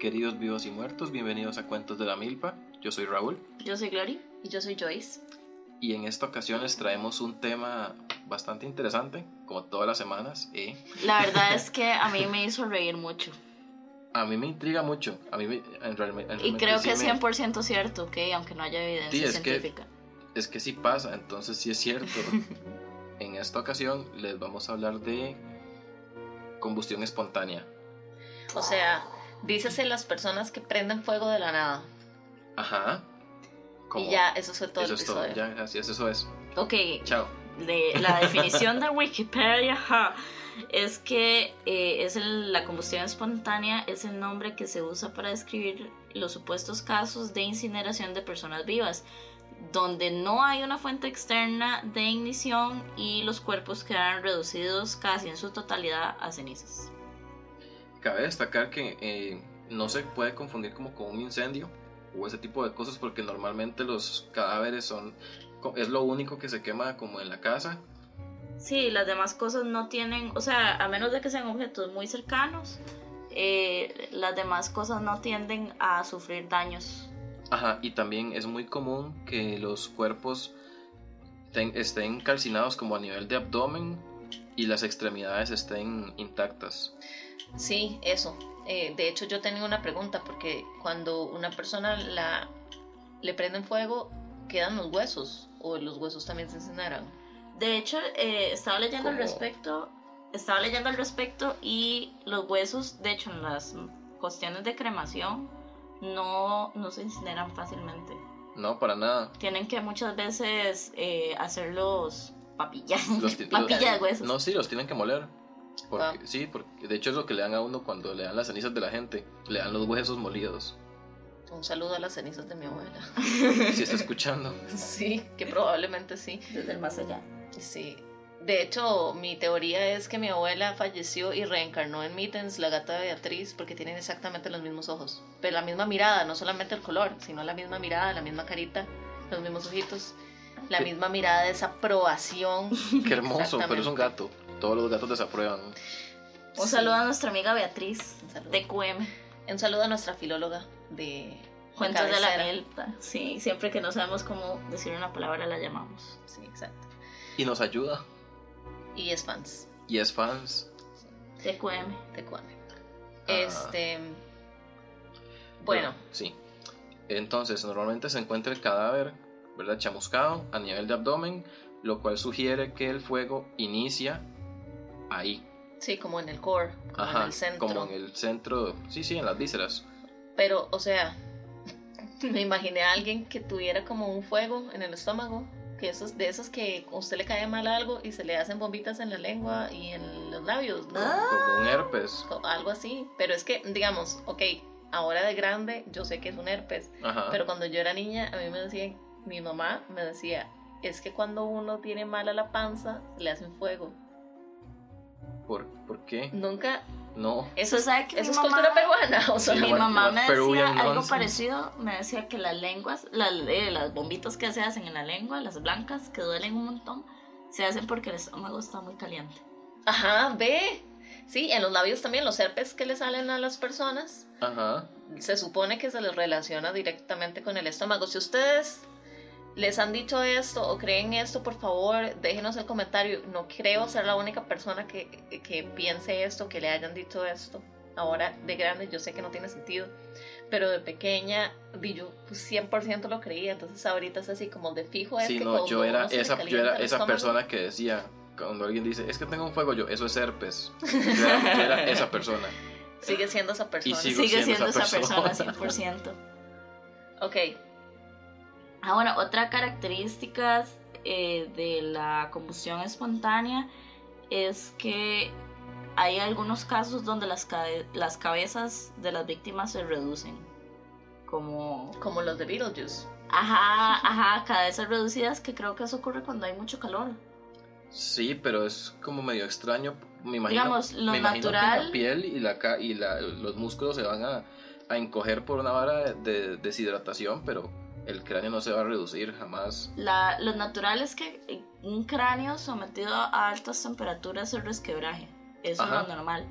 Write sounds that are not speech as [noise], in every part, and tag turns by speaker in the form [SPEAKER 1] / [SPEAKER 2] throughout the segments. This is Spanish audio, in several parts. [SPEAKER 1] Queridos vivos y muertos, bienvenidos a Cuentos de la Milpa. Yo soy Raúl
[SPEAKER 2] Yo soy Glory y yo soy Joyce.
[SPEAKER 1] y en esta ocasión les traemos un tema bastante interesante, como todas las semanas. ¿eh?
[SPEAKER 2] La verdad es que a mí me hizo
[SPEAKER 1] [laughs]
[SPEAKER 2] reír mucho.
[SPEAKER 1] A mí me intriga mucho, a mí me- en realme- en
[SPEAKER 2] Y
[SPEAKER 1] realmente
[SPEAKER 2] creo
[SPEAKER 1] sí
[SPEAKER 2] que es
[SPEAKER 1] me-
[SPEAKER 2] 100% cierto, ¿ok? Aunque no haya evidencia
[SPEAKER 1] Sí, es que-
[SPEAKER 2] científica.
[SPEAKER 1] Es que sí pasa, entonces sí es cierto.
[SPEAKER 3] [laughs]
[SPEAKER 1] en esta ocasión les vamos a hablar de combustión espontánea.
[SPEAKER 3] O sea, dícese las personas que prenden fuego de la nada.
[SPEAKER 1] Ajá. Como-
[SPEAKER 3] Y ya, eso fue todo
[SPEAKER 1] eso
[SPEAKER 3] el
[SPEAKER 1] es todo,
[SPEAKER 3] episodio.
[SPEAKER 1] ya, gracias, eso es.
[SPEAKER 2] Ok,
[SPEAKER 1] Chao.
[SPEAKER 2] de- la definición de Wikipedia ja, es que eh, es el- la combustión espontánea es el nombre que se usa para describir los supuestos casos de incineración de personas vivas, donde no hay una fuente externa de ignición y los cuerpos quedan reducidos casi en su totalidad a cenizas.
[SPEAKER 1] Cabe destacar que eh, no se puede confundir como con un incendio o ese tipo de cosas porque normalmente los cadáveres son co- es lo único que se quema como en la casa.
[SPEAKER 2] Sí, las demás cosas no tienen, o sea, a menos de que sean objetos muy cercanos, eh, las demás cosas no tienden a sufrir daños.
[SPEAKER 1] Ajá, y también es muy común que los cuerpos ten- estén calcinados como a nivel de abdomen y las extremidades estén intactas.
[SPEAKER 3] Sí, eso. Eh, de hecho, yo tenía una pregunta porque cuando una persona la le prenden fuego, quedan los huesos o los huesos también se incineran.
[SPEAKER 2] De hecho, eh, estaba leyendo al
[SPEAKER 3] ¿Cómo?
[SPEAKER 2] respecto, estaba leyendo al respecto y los huesos, de hecho, en las cuestiones de cremación no, no se incineran fácilmente.
[SPEAKER 1] No, para nada.
[SPEAKER 2] Tienen que muchas veces eh, hacerlos papillas, [laughs]
[SPEAKER 1] Los ti-
[SPEAKER 2] papilla de huesos.
[SPEAKER 1] No, sí, los tienen que moler. Porque,
[SPEAKER 3] Ah.
[SPEAKER 1] Sí, porque de hecho es lo que le dan a uno cuando le dan las cenizas de la gente. Le dan los huesos molidos.
[SPEAKER 3] Un saludo a las cenizas de mi abuela. [laughs]
[SPEAKER 1] Si está escuchando.
[SPEAKER 3] sí, que probablemente sí.
[SPEAKER 2] Desde el más allá.
[SPEAKER 3] Sí. De hecho, mi teoría es que mi abuela falleció y reencarnó en Mittens, la gata de Beatriz, porque tienen exactamente los mismos ojos. Pero la misma mirada, no solamente el color, sino la misma mirada, la misma carita, los mismos ojitos, la
[SPEAKER 1] Qué-
[SPEAKER 3] misma mirada de desaprobación.
[SPEAKER 1] Qué hermoso, pero es un
[SPEAKER 3] Exactamente.
[SPEAKER 1] gato. Todos los gatos desaprueban.
[SPEAKER 2] Un
[SPEAKER 3] Sí.
[SPEAKER 2] saludo a nuestra amiga Beatriz,
[SPEAKER 3] Un saludo.
[SPEAKER 2] TQM.
[SPEAKER 3] Un saludo a nuestra filóloga de
[SPEAKER 2] Cuentos de la
[SPEAKER 3] cabecera.
[SPEAKER 2] Delta. Sí, siempre que no sabemos cómo decir una palabra la llamamos.
[SPEAKER 3] Sí, exacto.
[SPEAKER 1] Y nos ayuda.
[SPEAKER 3] Y es fans
[SPEAKER 1] Y es fans.
[SPEAKER 2] TQM.
[SPEAKER 3] de Kwame.
[SPEAKER 1] Ah.
[SPEAKER 3] Este. Bueno,
[SPEAKER 1] Sí. Entonces, normalmente se encuentra el cadáver, ¿verdad? Chamuscado a nivel de abdomen, lo cual sugiere que el fuego inicia ahí.
[SPEAKER 3] sí, como en el core, como en el centro.
[SPEAKER 1] como en el centro. Sí, sí, en las vísceras.
[SPEAKER 3] Pero, o sea, [laughs] me imaginé a alguien que tuviera como un fuego en el estómago, que esos, de esos que a usted le cae mal algo y se le hacen bombitas en la lengua y en los labios, ¿no?
[SPEAKER 2] Ah.
[SPEAKER 1] Como un herpes.
[SPEAKER 3] Co- Algo así. Pero es que, digamos, ok, ahora de grande yo sé que es un herpes,
[SPEAKER 1] Ajá.
[SPEAKER 3] pero cuando yo era niña a mí me decían, mi mamá me decía, es que cuando uno tiene mala la panza, le hacen fuego.
[SPEAKER 1] ¿Por, por qué?
[SPEAKER 3] Nunca,
[SPEAKER 1] No.
[SPEAKER 2] Eso
[SPEAKER 3] eso es,
[SPEAKER 2] sabe Pues que
[SPEAKER 3] eso
[SPEAKER 2] mi
[SPEAKER 3] es
[SPEAKER 2] mamá-
[SPEAKER 3] cultura peruana, o sea,
[SPEAKER 1] Sí,
[SPEAKER 2] Pues Mi
[SPEAKER 1] What-
[SPEAKER 2] mamá
[SPEAKER 1] what
[SPEAKER 2] me
[SPEAKER 1] Peruvian
[SPEAKER 2] decía algo
[SPEAKER 1] nonsense.
[SPEAKER 2] parecido, me decía que las lenguas, las, eh, las bombitas que se hacen en la lengua, las blancas, que duelen un montón, se hacen porque el estómago está muy caliente.
[SPEAKER 3] Ajá, ve. Sí, en los labios también, los herpes que le salen a las personas,
[SPEAKER 1] Ajá.
[SPEAKER 3] se supone que se les relaciona directamente con el estómago. Si ustedes les han dicho esto o creen esto, por favor, déjenos el comentario. No creo ser la única persona que, que piense esto, que le hayan dicho esto. Ahora, de grande, yo sé que no tiene sentido, pero de pequeña, di, yo pues, 100% lo creía. Entonces, ahorita es así como de fijo. Es
[SPEAKER 1] Sí,
[SPEAKER 3] Pues que
[SPEAKER 1] no,
[SPEAKER 3] cuando
[SPEAKER 1] yo era
[SPEAKER 3] uno se le
[SPEAKER 1] esa, yo
[SPEAKER 3] calienta
[SPEAKER 1] era
[SPEAKER 3] el
[SPEAKER 1] esa
[SPEAKER 3] estómago-
[SPEAKER 1] persona que decía, cuando alguien dice, es que tengo un fuego, yo, eso es herpes. Yo era, yo era esa persona.
[SPEAKER 3] Sigue siendo esa persona.
[SPEAKER 1] sigo-
[SPEAKER 2] Sigue siendo,
[SPEAKER 1] siendo esa
[SPEAKER 2] esa persona,
[SPEAKER 1] persona.
[SPEAKER 2] 100%.
[SPEAKER 3] Ok,
[SPEAKER 2] Ah, bueno, otra característica eh, de la combustión espontánea es que hay algunos casos donde las, cabe- las cabezas de las víctimas se reducen. Como,
[SPEAKER 3] como los de Beetlejuice.
[SPEAKER 2] ajá, ajá, cabezas reducidas, que creo que eso ocurre cuando hay mucho calor.
[SPEAKER 1] Sí, pero es como medio extraño. Me imagino,
[SPEAKER 2] Digamos, lo
[SPEAKER 1] me imagino que
[SPEAKER 2] natural-
[SPEAKER 1] la piel y, la, ca- y la- los músculos se van a, a encoger por una vara de, de deshidratación, pero el cráneo no se va a reducir jamás.
[SPEAKER 2] La, lo natural es que un cráneo sometido a altas temperaturas se resquebraje. Eso
[SPEAKER 1] Ajá.
[SPEAKER 2] es lo normal.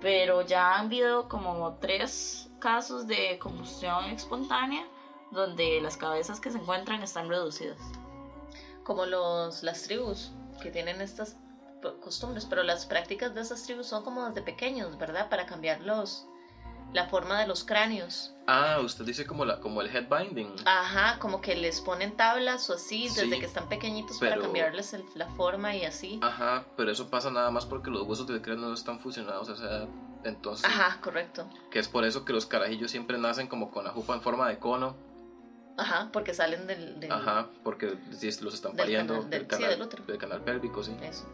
[SPEAKER 2] pero ya han habido como tres casos de combustión espontánea donde las cabezas que se encuentran están reducidas.
[SPEAKER 3] Como los, las tribus que tienen estas costumbres, pero las prácticas de esas tribus son como desde pequeños, ¿verdad? Para cambiar los, la forma de los cráneos.
[SPEAKER 1] Ah, usted dice como, la, como el headbinding.
[SPEAKER 3] Ajá, como que les ponen tablas o así desde
[SPEAKER 1] Sí,
[SPEAKER 3] que están pequeñitos para
[SPEAKER 1] pero- Ah,
[SPEAKER 3] cambiarles el- la forma y así.
[SPEAKER 1] Ajá, pero eso pasa nada más porque los huesos del cráneo no están fusionados a esa edad. Entonces,
[SPEAKER 3] Ajá, correcto.
[SPEAKER 1] que es por eso que los carajillos siempre nacen como con la jupa en forma de cono.
[SPEAKER 3] Ajá, porque salen del... del-
[SPEAKER 1] Ajá, porque si es- los están
[SPEAKER 3] Del
[SPEAKER 1] pariendo
[SPEAKER 3] canal- del- sí, del útero.
[SPEAKER 1] del canal pélvico, sí.
[SPEAKER 3] Eso.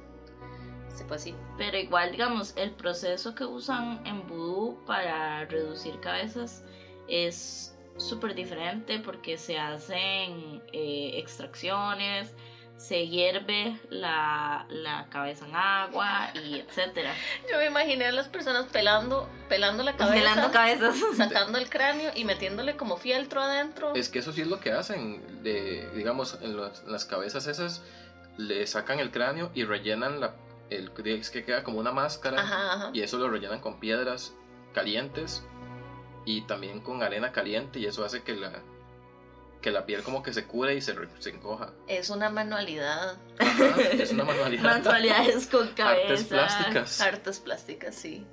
[SPEAKER 3] Sí, pues sí.
[SPEAKER 2] Pero igual, digamos, el proceso que usan en vudú para reducir cabezas es súper diferente porque se hacen eh, extracciones, se hierve la, la cabeza en agua y etcétera.
[SPEAKER 3] Yo me imaginé a las personas pelando, pelando la cabeza,
[SPEAKER 2] Congelando cabezas.
[SPEAKER 3] sacando el cráneo y metiéndole como fieltro adentro.
[SPEAKER 1] Es que eso sí es lo que hacen. De, digamos, en, los- en las cabezas esas le sacan el cráneo y rellenan la. El, es que queda como una máscara.
[SPEAKER 3] Ajá, ajá.
[SPEAKER 1] Y eso lo rellenan con piedras calientes y también con arena caliente. Y eso hace que la, que la piel como que se cure y se, re- se encoja.
[SPEAKER 3] Es una manualidad.
[SPEAKER 1] Ajá, es una manualidad.
[SPEAKER 2] [laughs] Manualidades
[SPEAKER 1] Ah,
[SPEAKER 2] con cabezas.
[SPEAKER 1] [laughs] Artes plásticas.
[SPEAKER 3] Artes plásticas, sí.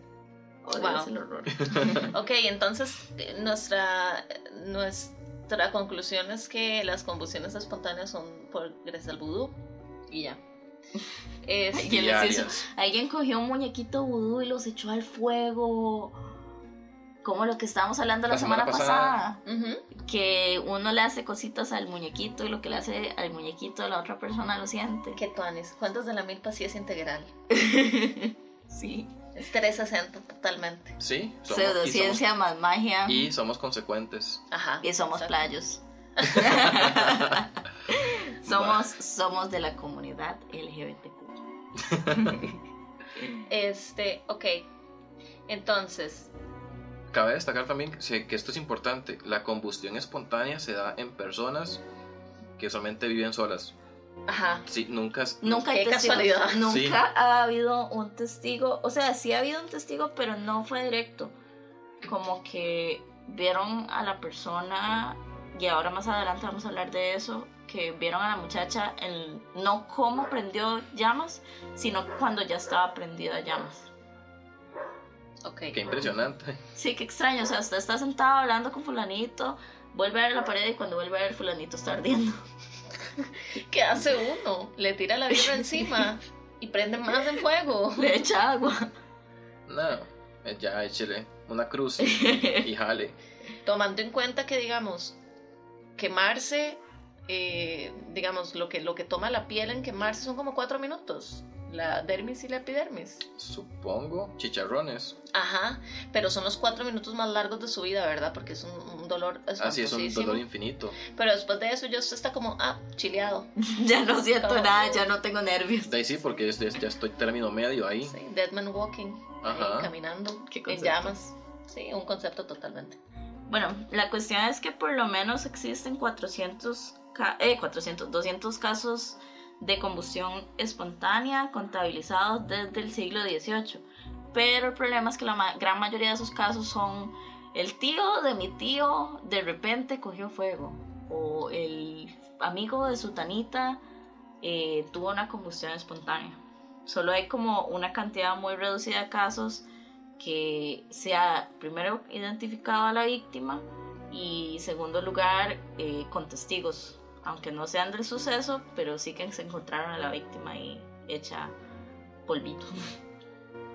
[SPEAKER 2] Odio
[SPEAKER 3] Wow.
[SPEAKER 2] ese
[SPEAKER 1] [laughs]
[SPEAKER 2] horror.
[SPEAKER 3] Ok, entonces eh, nuestra, nuestra conclusión es que las convulsiones espontáneas son por gracias al vudú y ya. Este,
[SPEAKER 2] ¿Quién les hizo?
[SPEAKER 1] Diarias.
[SPEAKER 2] Alguien cogió un muñequito vudú y los echó al fuego. Como lo que estábamos hablando la,
[SPEAKER 1] La semana pasada.
[SPEAKER 3] ujú,
[SPEAKER 2] Que uno le hace cositas al muñequito y lo que le hace al muñequito la otra persona lo siente.
[SPEAKER 3] Que tuanes, ¿cuántos de la milpa sí es integral?
[SPEAKER 2] [laughs] sí.
[SPEAKER 3] Es 360 totalmente.
[SPEAKER 1] Sí, somos- y somos-
[SPEAKER 2] Pseudociencia más magia. Y,
[SPEAKER 1] y somos consecuentes.
[SPEAKER 3] Ajá.
[SPEAKER 2] somos
[SPEAKER 1] [laughs]
[SPEAKER 3] exacto.
[SPEAKER 2] playos. [laughs] somos, somos de la comunidad LGBTQ.
[SPEAKER 3] Este, ok. Entonces,
[SPEAKER 1] Cabe destacar también que se- que esto es importante, la combustión espontánea se da en personas que solamente viven solas.
[SPEAKER 3] ajá.
[SPEAKER 1] Sí, nunca... es-
[SPEAKER 2] Nunca hay
[SPEAKER 3] Qué
[SPEAKER 2] testigos.
[SPEAKER 3] casualidad.
[SPEAKER 2] Nunca
[SPEAKER 1] Sí.
[SPEAKER 2] ha habido un testigo. O sea, sí ha habido un testigo, pero no fue directo. Como que vieron a la persona, y ahora más adelante vamos a hablar de eso, que vieron a la muchacha en- no cómo prendió llamas, sino cuando ya estaba prendida llamas.
[SPEAKER 3] Ok.
[SPEAKER 1] Qué
[SPEAKER 2] [laughs]
[SPEAKER 1] impresionante.
[SPEAKER 2] Sí, qué extraño. O sea, usted está sentado hablando con fulanito, vuelve a ver la pared y cuando vuelve a ver fulanito está ardiendo. [laughs]
[SPEAKER 3] ¿Qué hace uno? Le tira la birra encima y prende más en fuego.
[SPEAKER 2] Le echa agua. [laughs]
[SPEAKER 1] No, eh, ya échele una cruz
[SPEAKER 2] [laughs]
[SPEAKER 1] y jale.
[SPEAKER 3] tomando en cuenta que digamos quemarse eh, digamos lo que lo que toma la piel en quemarse son como cuatro minutos la dermis y la epidermis
[SPEAKER 1] Supongo chicharrones.
[SPEAKER 3] ajá pero son los cuatro minutos más largos de su vida verdad porque es un, un dolor
[SPEAKER 1] Así Ah, es un
[SPEAKER 3] espantosísimo.
[SPEAKER 1] dolor infinito.
[SPEAKER 3] pero después de eso ya usted está como ah chileado
[SPEAKER 2] ya no siento
[SPEAKER 3] Como-
[SPEAKER 2] nada, ya no tengo nervios.
[SPEAKER 1] De ahí sí, porque es- es- ya estoy término medio ahí.
[SPEAKER 3] sí, dead man walking ahí,
[SPEAKER 1] Ajá.
[SPEAKER 3] caminando
[SPEAKER 2] Qué
[SPEAKER 3] en
[SPEAKER 2] concepto.
[SPEAKER 3] llamas sí un concepto totalmente
[SPEAKER 2] Bueno, la cuestión es que por lo menos existen 400, ca- eh, 400 200 casos de combustión espontánea contabilizados desde el siglo XVIII. Pero el problema es que la ma- gran mayoría de esos casos son el tío de mi tío de repente cogió fuego o el amigo de su tanita eh, tuvo una combustión espontánea. Solo hay como una cantidad muy reducida de casos que sea primero identificado a la víctima y segundo lugar eh, con testigos, aunque no sean del suceso, pero sí que se encontraron a la víctima y hecha polvito.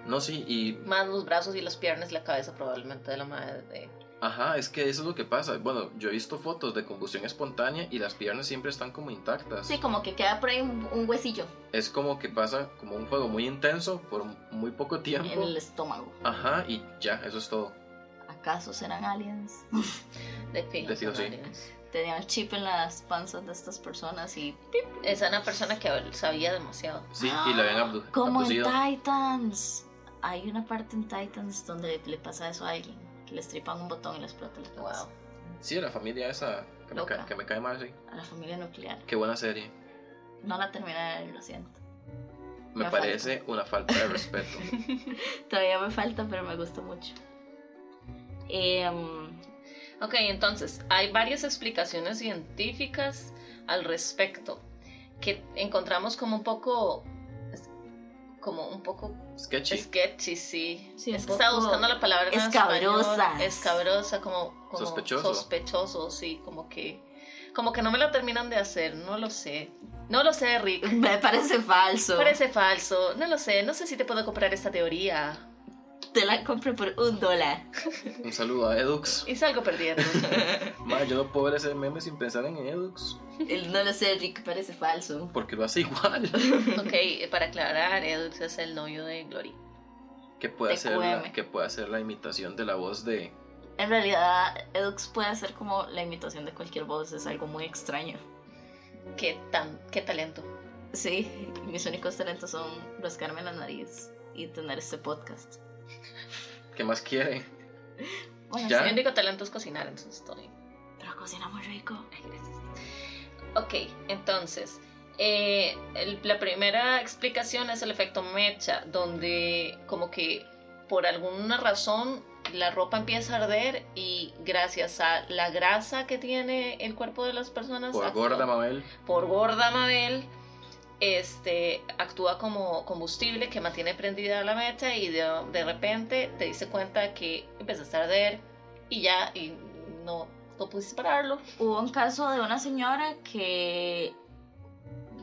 [SPEAKER 1] No, sí, y
[SPEAKER 3] más los brazos y las piernas y la cabeza probablemente de la madre de-
[SPEAKER 1] ajá, es que eso es lo que pasa. Bueno, yo he visto fotos de combustión espontánea y las piernas siempre están como intactas.
[SPEAKER 2] Sí, como que queda por ahí un, un huesillo
[SPEAKER 1] Es como que pasa como un fuego muy intenso por muy poco tiempo.
[SPEAKER 2] en el estómago.
[SPEAKER 1] Ajá, y ya, eso es todo.
[SPEAKER 2] ¿Acaso serán aliens?
[SPEAKER 3] de fijo,
[SPEAKER 1] De fijo,
[SPEAKER 3] son
[SPEAKER 1] sí.
[SPEAKER 3] aliens.
[SPEAKER 2] Tenían chip en las panzas de estas personas y... ¡pip!
[SPEAKER 3] Esa era una persona que sabía demasiado
[SPEAKER 1] Sí, y la
[SPEAKER 2] Ah,
[SPEAKER 1] ven abdu-
[SPEAKER 2] Como en
[SPEAKER 1] abducido.
[SPEAKER 2] Titans. Hay una parte en Titans donde le pasa eso a alguien. Que le stripan un botón y le explota la cabeza.
[SPEAKER 3] Wow.
[SPEAKER 1] Sí, la familia esa que me,
[SPEAKER 2] Loca.
[SPEAKER 1] ca- que me cae mal, sí.
[SPEAKER 2] A la familia nuclear.
[SPEAKER 1] Qué buena serie.
[SPEAKER 2] No la terminé de ver, lo siento.
[SPEAKER 1] Me
[SPEAKER 2] Una
[SPEAKER 1] parece una falta de
[SPEAKER 2] [laughs]
[SPEAKER 1] respeto.
[SPEAKER 2] Todavía me falta, pero me gusta mucho. Em, [laughs]
[SPEAKER 3] Ok, entonces, hay varias explicaciones científicas al respecto que encontramos como un poco es- como un poco
[SPEAKER 1] Sketchy.
[SPEAKER 3] sketchy, sí.
[SPEAKER 2] Sí, un
[SPEAKER 3] es que estaba
[SPEAKER 2] poco
[SPEAKER 3] buscando la palabra en
[SPEAKER 2] escabrosas.
[SPEAKER 3] español. Escabrosa, como, como
[SPEAKER 1] Sospechoso.
[SPEAKER 3] sospechoso, sí, como que como que no me lo terminan de hacer, no lo sé. No lo sé, Rick.
[SPEAKER 2] me parece falso.
[SPEAKER 3] Parece falso, no lo sé, no sé si te puedo comprar esta teoría.
[SPEAKER 2] Te la compré por un dólar.
[SPEAKER 1] Un saludo a Edux.
[SPEAKER 2] [laughs]
[SPEAKER 3] Y salgo perdiendo.
[SPEAKER 1] Ma, yo no puedo ver ese meme sin pensar en Edux.
[SPEAKER 2] El- No lo sé, Rick, parece falso.
[SPEAKER 1] Porque lo hace
[SPEAKER 2] [laughs]
[SPEAKER 1] igual.
[SPEAKER 3] ok, para aclarar, Edux es el novio de Glory.
[SPEAKER 1] Que puede,
[SPEAKER 2] De
[SPEAKER 1] hacer la,
[SPEAKER 2] QM.
[SPEAKER 1] que puede hacer la imitación de la voz de.
[SPEAKER 2] En realidad, Edux puede hacer como la imitación de cualquier voz, es algo muy extraño.
[SPEAKER 3] Qué tan, qué talento.
[SPEAKER 2] Sí, mis únicos talentos son rascarme la nariz y tener este podcast.
[SPEAKER 1] ¿Qué más quiere?
[SPEAKER 2] Bueno,
[SPEAKER 1] Ya.
[SPEAKER 3] Mi único talento es cocinar, entonces estoy.
[SPEAKER 2] sí, pero cocina muy rico.
[SPEAKER 3] Ay, gracias. Ok, entonces. eh, el- la primera explicación es el efecto mecha, donde como que por alguna razón la ropa empieza a arder y gracias a la grasa que tiene el cuerpo de las personas
[SPEAKER 1] Por
[SPEAKER 3] actúa-
[SPEAKER 1] gorda, Mabel.
[SPEAKER 3] por gorda Mabel, este, actúa como combustible que mantiene prendida la mecha y de, de repente te dice cuenta que empezaste a arder y ya y no, no pudiste pararlo.
[SPEAKER 2] Hubo un caso de una señora que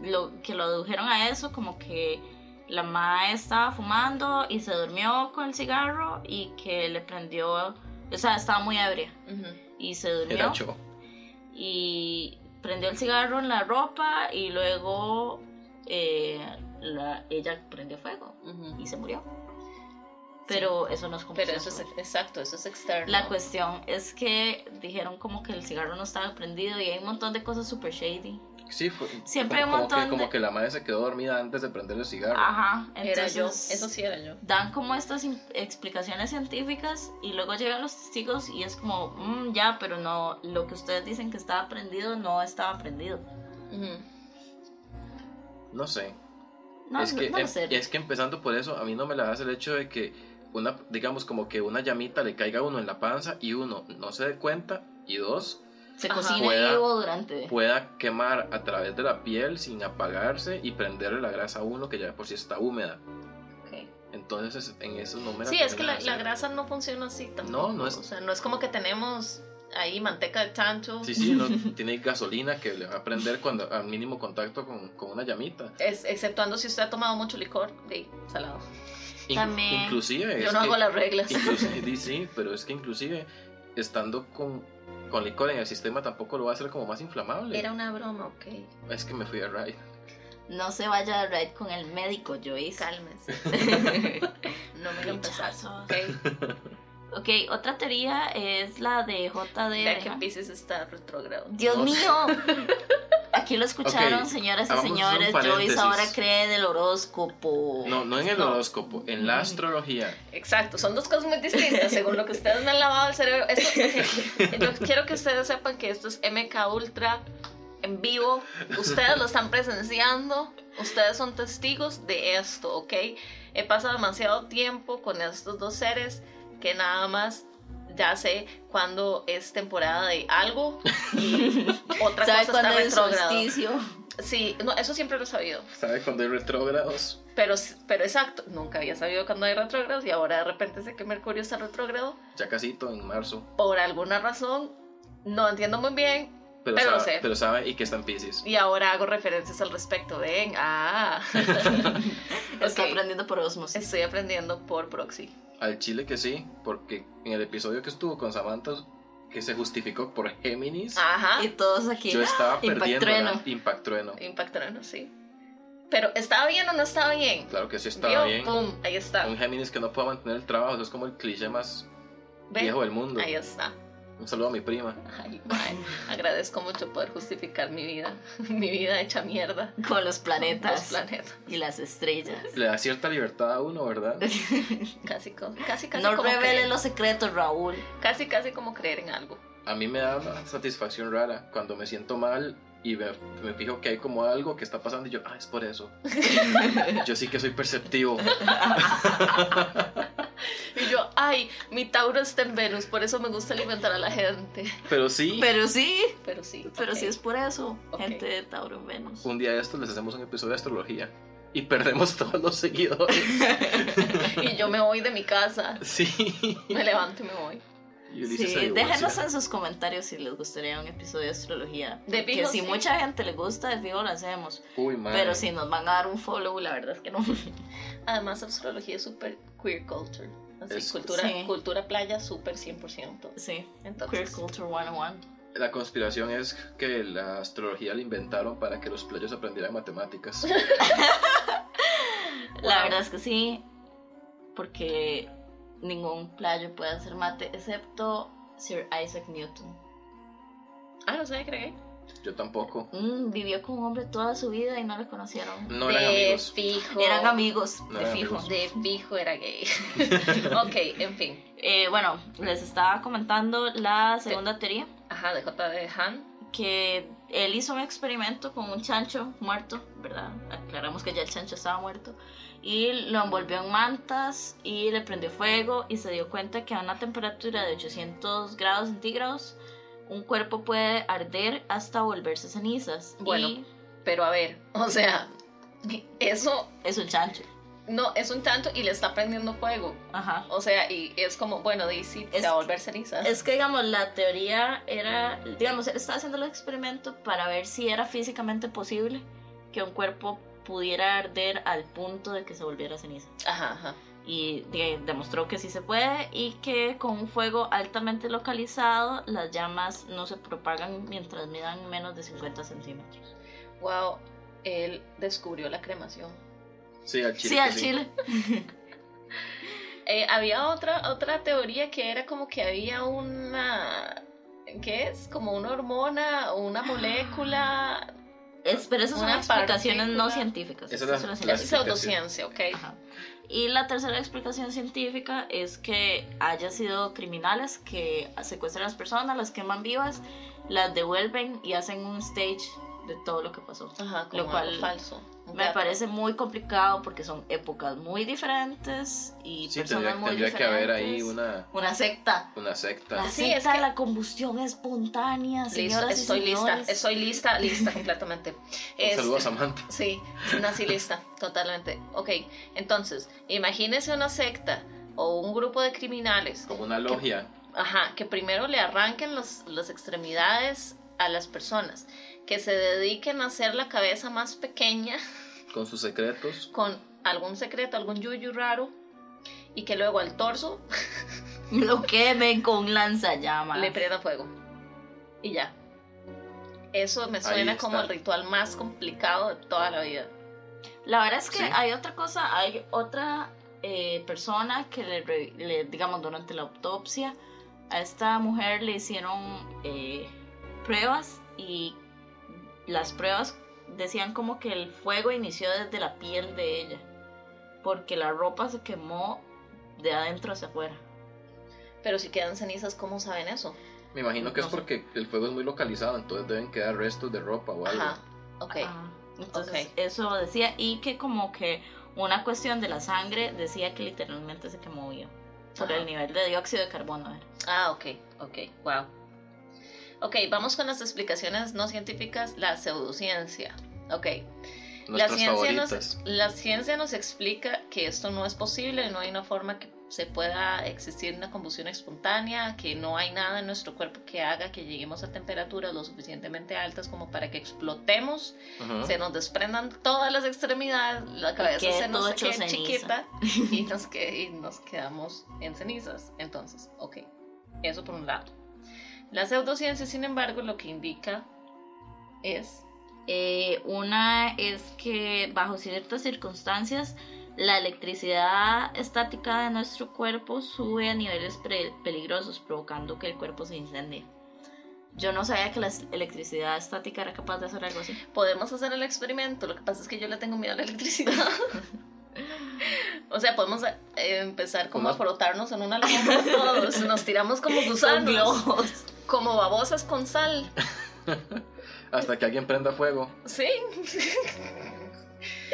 [SPEAKER 2] lo, que lo adujeron a eso, como que la madre estaba fumando y se durmió con el cigarro y que le prendió, o sea, estaba muy ebria y se durmió.
[SPEAKER 1] Era yo.
[SPEAKER 2] y prendió el cigarro en la ropa y luego eh, la- ella prendió fuego y se murió. Pero eso no es como
[SPEAKER 3] Pero
[SPEAKER 2] que
[SPEAKER 3] eso es
[SPEAKER 2] se-
[SPEAKER 3] exacto, eso es externo.
[SPEAKER 2] La cuestión es que dijeron como que el cigarro no estaba prendido y hay un montón de cosas super shady.
[SPEAKER 1] Sí, fue.
[SPEAKER 2] Siempre
[SPEAKER 1] como,
[SPEAKER 2] un
[SPEAKER 1] como que-
[SPEAKER 2] montón
[SPEAKER 1] como
[SPEAKER 2] de-
[SPEAKER 1] que la madre se quedó dormida antes de prender el cigarro.
[SPEAKER 2] Ajá,
[SPEAKER 3] era
[SPEAKER 2] entonces
[SPEAKER 3] yo, eso sí era yo.
[SPEAKER 2] dan como estas in- explicaciones científicas y luego llegan los testigos y es como, "Mm, ya, pero no, lo que ustedes dicen que estaba prendido no estaba prendido.
[SPEAKER 1] No sé.
[SPEAKER 2] No,
[SPEAKER 1] es, que,
[SPEAKER 2] no lo
[SPEAKER 1] em-
[SPEAKER 2] sé.
[SPEAKER 1] es que empezando por eso, a mí no me la hace el hecho de que una, digamos, como que una llamita le caiga a uno en la panza y uno no se dé cuenta y dos,
[SPEAKER 2] se
[SPEAKER 3] Ajá.
[SPEAKER 2] cocina
[SPEAKER 1] Pueda-
[SPEAKER 2] vivo durante...
[SPEAKER 1] pueda quemar a través de la piel sin apagarse y prenderle la grasa a uno que ya de por sí está húmeda.
[SPEAKER 3] Ok.
[SPEAKER 1] Entonces, es- en eso no me la
[SPEAKER 3] Sí, es que
[SPEAKER 1] termina
[SPEAKER 3] la,
[SPEAKER 1] de
[SPEAKER 3] la
[SPEAKER 1] hacer.
[SPEAKER 3] grasa no funciona así tampoco.
[SPEAKER 1] no es-
[SPEAKER 3] O sea, no es como que tenemos ahí manteca de chancho.
[SPEAKER 1] Sí, sí, no, tiene gasolina que le va a prender cuando, al mínimo contacto con, con una llamita.
[SPEAKER 3] Es- exceptuando si usted ha tomado mucho licor de salado.
[SPEAKER 1] Inc-
[SPEAKER 2] También.
[SPEAKER 1] Inclusive,
[SPEAKER 3] Yo
[SPEAKER 1] es
[SPEAKER 3] no
[SPEAKER 1] que-
[SPEAKER 3] hago las reglas.
[SPEAKER 1] Inclusive, di- sí, pero es que inclusive estando con, con licor en el sistema tampoco lo va a hacer como más inflamable.
[SPEAKER 3] Era una broma, ok.
[SPEAKER 1] Es que me fui a ride.
[SPEAKER 2] No se vaya a raid con el médico, Joyce. [laughs]
[SPEAKER 3] [laughs] Cálmense. No me lo empezaste.
[SPEAKER 2] Rechazos.
[SPEAKER 3] Ok.
[SPEAKER 2] ok, otra teoría es la de JD.
[SPEAKER 3] Vea que
[SPEAKER 2] ¿verdad?
[SPEAKER 3] Pisces está retrógrado.
[SPEAKER 2] Dios
[SPEAKER 1] No sé. [laughs]
[SPEAKER 2] mío. Aquí lo escucharon,
[SPEAKER 1] Ok,
[SPEAKER 2] señoras y
[SPEAKER 1] vamos a hacer un
[SPEAKER 2] señores. Joyce
[SPEAKER 1] paréntesis.
[SPEAKER 2] ahora cree del horóscopo.
[SPEAKER 1] No, no en el
[SPEAKER 3] No.
[SPEAKER 1] horóscopo, en la astrología.
[SPEAKER 3] Exacto, son dos cosas muy distintas según lo que ustedes me han lavado el cerebro. Esto- yo quiero que ustedes sepan que esto es MK Ultra en vivo. Ustedes lo están presenciando, ustedes son testigos de esto, ¿ok? He pasado demasiado tiempo con estos dos seres que nada más ya sé cuándo es temporada de algo y otra cosa
[SPEAKER 2] ¿Sabe
[SPEAKER 3] está
[SPEAKER 2] cuándo es el
[SPEAKER 3] retrógrado.
[SPEAKER 2] solsticio?
[SPEAKER 3] Sí, no, eso siempre lo he sabido.
[SPEAKER 1] ¿Sabes cuando hay retrógrados?
[SPEAKER 3] Pero, pero exacto, nunca había sabido cuando hay retrógrados y ahora de repente sé que Mercurio está retrógrado.
[SPEAKER 1] Ya casito en marzo.
[SPEAKER 3] Por alguna razón, no entiendo muy bien
[SPEAKER 1] Pero,
[SPEAKER 3] Pero lo
[SPEAKER 1] sabe,
[SPEAKER 3] sé.
[SPEAKER 1] pero sabe y que está en Pisces.
[SPEAKER 3] y ahora hago referencias al respecto. Ven,
[SPEAKER 2] [laughs]
[SPEAKER 3] ah,
[SPEAKER 2] Está
[SPEAKER 3] Ok.
[SPEAKER 2] aprendiendo por osmosis.
[SPEAKER 3] estoy aprendiendo por proxy.
[SPEAKER 1] Al chile que sí, porque en el episodio que estuvo con Samantha, que se justificó por Géminis,
[SPEAKER 3] Ajá,
[SPEAKER 2] Ah, Y todos aquí.
[SPEAKER 1] yo estaba
[SPEAKER 2] Impact
[SPEAKER 1] perdiendo
[SPEAKER 2] Trueno.
[SPEAKER 1] Impactrueno.
[SPEAKER 3] impactaron, sí. Pero, ¿estaba bien o no estaba bien?
[SPEAKER 1] Claro que sí estaba
[SPEAKER 3] Vio,
[SPEAKER 1] bien.
[SPEAKER 3] pum, ahí está.
[SPEAKER 1] Un Géminis que no pueda mantener el trabajo, eso es como el cliché más
[SPEAKER 3] Ven,
[SPEAKER 1] viejo del mundo.
[SPEAKER 3] ahí está.
[SPEAKER 1] Un saludo a mi prima.
[SPEAKER 3] Ay, mae, agradezco mucho poder justificar mi vida, [laughs] mi vida hecha mierda.
[SPEAKER 2] [laughs] Con los planetas
[SPEAKER 3] Los planetas.
[SPEAKER 2] y las estrellas.
[SPEAKER 1] Le da cierta libertad a uno, ¿verdad?
[SPEAKER 3] [laughs] Casi, co- casi, casi.
[SPEAKER 2] no
[SPEAKER 3] como
[SPEAKER 2] revele
[SPEAKER 3] creer.
[SPEAKER 2] los secretos, Raúl.
[SPEAKER 3] Casi, casi como creer en algo.
[SPEAKER 1] A mí me da una satisfacción rara. Cuando me siento mal, y me, me fijo que hay como algo que está pasando y yo, ah, es por
[SPEAKER 2] [laughs]
[SPEAKER 1] eso. yo sí que soy perceptivo.
[SPEAKER 3] Y yo, ay, mi Tauro está en Venus, por eso me gusta alimentar a la gente.
[SPEAKER 1] Pero sí,
[SPEAKER 2] Pero sí,
[SPEAKER 3] Pero sí.
[SPEAKER 2] pero
[SPEAKER 3] ok.
[SPEAKER 2] sí es por eso,
[SPEAKER 3] Ok.
[SPEAKER 2] gente de Tauro en Venus.
[SPEAKER 1] un día de estos les hacemos un episodio de astrología y perdemos [laughs] todos los seguidores.
[SPEAKER 3] [laughs] Y yo me voy de mi casa,
[SPEAKER 1] sí.
[SPEAKER 3] me levanto y me voy.
[SPEAKER 1] Y Ulises se
[SPEAKER 2] Sí,
[SPEAKER 1] divorcia.
[SPEAKER 2] déjenos en sus comentarios si les gustaría un episodio de astrología.
[SPEAKER 3] De
[SPEAKER 2] Que
[SPEAKER 3] fijo,
[SPEAKER 2] si
[SPEAKER 3] sí.
[SPEAKER 2] mucha gente le gusta, de fijo lo hacemos.
[SPEAKER 1] Uy, madre.
[SPEAKER 2] Pero si nos van a dar un follow, la verdad es que no. [laughs]
[SPEAKER 3] Además, astrología es súper queer culture. Así,
[SPEAKER 1] Es-
[SPEAKER 3] cultura,
[SPEAKER 2] Sí.
[SPEAKER 3] cultura playa súper 100%.
[SPEAKER 2] Sí, Queer
[SPEAKER 3] Entonces,
[SPEAKER 2] Culture 101.
[SPEAKER 1] La conspiración es que la astrología la inventaron para que los playos aprendieran matemáticas.
[SPEAKER 2] La
[SPEAKER 3] Wow.
[SPEAKER 2] verdad es que sí, porque ningún playo puede hacer mate, excepto Sir Isaac Newton.
[SPEAKER 3] ah, no sé, creí.
[SPEAKER 1] Yo tampoco.
[SPEAKER 2] Mm, vivió con un hombre toda su vida y no lo conocieron.
[SPEAKER 1] No eran
[SPEAKER 3] de
[SPEAKER 1] amigos.
[SPEAKER 3] fijo.
[SPEAKER 2] Eran amigos,
[SPEAKER 1] No
[SPEAKER 2] de
[SPEAKER 1] eran
[SPEAKER 2] fijo.
[SPEAKER 1] amigos.
[SPEAKER 3] De fijo era
[SPEAKER 1] [laughs]
[SPEAKER 3] gay. ok, en fin.
[SPEAKER 2] Eh, bueno, les estaba comentando la segunda teoría,
[SPEAKER 3] Ajá, de J. de Han.
[SPEAKER 2] que él hizo un experimento con un chancho muerto, ¿verdad? Aclaramos que ya el chancho estaba muerto, y lo envolvió en mantas y le prendió fuego y se dio cuenta que a una temperatura de 800 grados centígrados, un cuerpo puede arder hasta volverse cenizas.
[SPEAKER 3] Bueno.
[SPEAKER 2] Y
[SPEAKER 3] Pero a ver, o sea, eso
[SPEAKER 2] es un chancho.
[SPEAKER 3] no es un tanto y le está prendiendo fuego.
[SPEAKER 2] Ajá.
[SPEAKER 3] O sea, y es como, bueno, Daisy
[SPEAKER 2] Es-
[SPEAKER 3] se va a volver ceniza.
[SPEAKER 2] Es que, digamos, la teoría era, digamos, él estaba haciendo el experimento para ver si era físicamente posible que un cuerpo pudiera arder al punto de que se volviera ceniza.
[SPEAKER 3] Ajá, ajá.
[SPEAKER 2] Y de- demostró que sí se puede y que con un fuego altamente localizado las llamas no se propagan mientras midan menos de 50 centímetros.
[SPEAKER 3] Wow, él descubrió la cremación.
[SPEAKER 1] Sí, al chile.
[SPEAKER 2] sí, al
[SPEAKER 1] que
[SPEAKER 2] chile.
[SPEAKER 3] Eh, había otra, otra teoría que era como que había una. ¿Qué es? Como una hormona o
[SPEAKER 2] [gasps]
[SPEAKER 3] una molécula.
[SPEAKER 2] Es- pero esas son
[SPEAKER 3] Una
[SPEAKER 2] explicaciones no
[SPEAKER 3] partícula.
[SPEAKER 2] científicas.
[SPEAKER 1] Esa es la-
[SPEAKER 2] Eso no es
[SPEAKER 1] la-
[SPEAKER 3] Es
[SPEAKER 2] científico.
[SPEAKER 3] pseudociencia, ok.
[SPEAKER 2] Ajá. Y la tercera explicación científica es que haya sido criminales que secuestran a las personas, las queman vivas, las devuelven y hacen un stage de todo lo que pasó.
[SPEAKER 3] Ajá, como
[SPEAKER 2] Lo cual
[SPEAKER 3] algo falso. Un
[SPEAKER 2] Me
[SPEAKER 3] teatro.
[SPEAKER 2] parece muy complicado porque son épocas muy diferentes y
[SPEAKER 1] Sí,
[SPEAKER 2] personas
[SPEAKER 1] tendría,
[SPEAKER 2] muy
[SPEAKER 1] tendría que haber ahí
[SPEAKER 2] diferentes.
[SPEAKER 1] una,
[SPEAKER 2] Una secta.
[SPEAKER 1] una secta.
[SPEAKER 2] La
[SPEAKER 3] Sí, es
[SPEAKER 2] secta de
[SPEAKER 3] que-
[SPEAKER 2] la combustión espontánea,
[SPEAKER 3] Listo,
[SPEAKER 2] señoras y
[SPEAKER 3] estoy lista,
[SPEAKER 2] señores.
[SPEAKER 3] estoy lista, lista completamente.
[SPEAKER 1] Un saludo a
[SPEAKER 3] Este-
[SPEAKER 1] Samantha.
[SPEAKER 3] Sí, nací lista, [laughs] totalmente. Ok, entonces, imagínese una secta o un grupo de criminales,
[SPEAKER 1] Como una logia.
[SPEAKER 3] ajá, que primero le arranquen los- las extremidades a las personas, que se dediquen a hacer la cabeza más pequeña
[SPEAKER 1] Con sus secretos.
[SPEAKER 3] con algún secreto, algún yuyu raro, y que luego al torso
[SPEAKER 2] [laughs] Lo quemen con lanzallamas.
[SPEAKER 3] le prenda fuego. Y ya. Eso me
[SPEAKER 1] Ahí
[SPEAKER 3] suena como el
[SPEAKER 1] está.
[SPEAKER 3] ritual más complicado de toda la vida.
[SPEAKER 2] La verdad es que
[SPEAKER 1] Sí.
[SPEAKER 2] hay otra cosa, hay otra eh, persona que le, re- le, digamos, durante la autopsia, a esta mujer le hicieron eh, pruebas y las pruebas decían como que el fuego inició desde la piel de ella, porque la ropa se quemó de adentro hacia afuera.
[SPEAKER 3] Pero si quedan cenizas, ¿cómo saben eso?
[SPEAKER 1] Me imagino que es
[SPEAKER 2] No sé.
[SPEAKER 1] porque el fuego es muy localizado, entonces deben quedar restos de ropa o algo.
[SPEAKER 3] Ajá, ok.
[SPEAKER 2] Ah, entonces eso decía y que como que una cuestión de la sangre decía que literalmente se quemó viva por
[SPEAKER 3] Ajá.
[SPEAKER 2] el nivel de dióxido de carbono. era.
[SPEAKER 3] Ah, ok, ok, wow. Ok, vamos con las explicaciones no científicas, la pseudociencia. Ok, la
[SPEAKER 1] Nuestras
[SPEAKER 3] ciencia,
[SPEAKER 1] favoritas.
[SPEAKER 3] nos, la ciencia nos explica que esto no es posible, no hay una forma que se pueda existir una combustión espontánea, que no hay nada en nuestro cuerpo que haga que lleguemos a temperaturas lo suficientemente altas como para que explotemos,
[SPEAKER 1] Ujú.
[SPEAKER 3] se nos desprendan todas las extremidades, la cabeza
[SPEAKER 2] quede
[SPEAKER 3] se nos
[SPEAKER 2] todo hecho
[SPEAKER 3] quede
[SPEAKER 2] ceniza. [laughs]
[SPEAKER 3] chiquita y nos, que- y nos quedamos en cenizas. Entonces, ok, eso por un lado. La pseudociencia, sin embargo, lo que indica es...
[SPEAKER 2] Eh, una es que bajo ciertas circunstancias la electricidad estática de nuestro cuerpo sube a niveles pre- peligrosos provocando que el cuerpo se incendie. Yo no sabía que la s- electricidad estática era capaz de hacer algo [laughs] así.
[SPEAKER 3] podemos hacer el experimento. Lo que pasa es que yo le tengo miedo a la electricidad. [laughs] o sea, podemos eh, empezar como a
[SPEAKER 1] Unos-
[SPEAKER 3] frotarnos en una lámpara todos.
[SPEAKER 2] [laughs]
[SPEAKER 3] Nos tiramos como
[SPEAKER 2] Son
[SPEAKER 3] gusanos,
[SPEAKER 2] globos.
[SPEAKER 3] como babosas con sal.
[SPEAKER 1] hasta que alguien prenda fuego. [laughs]
[SPEAKER 3] Sí.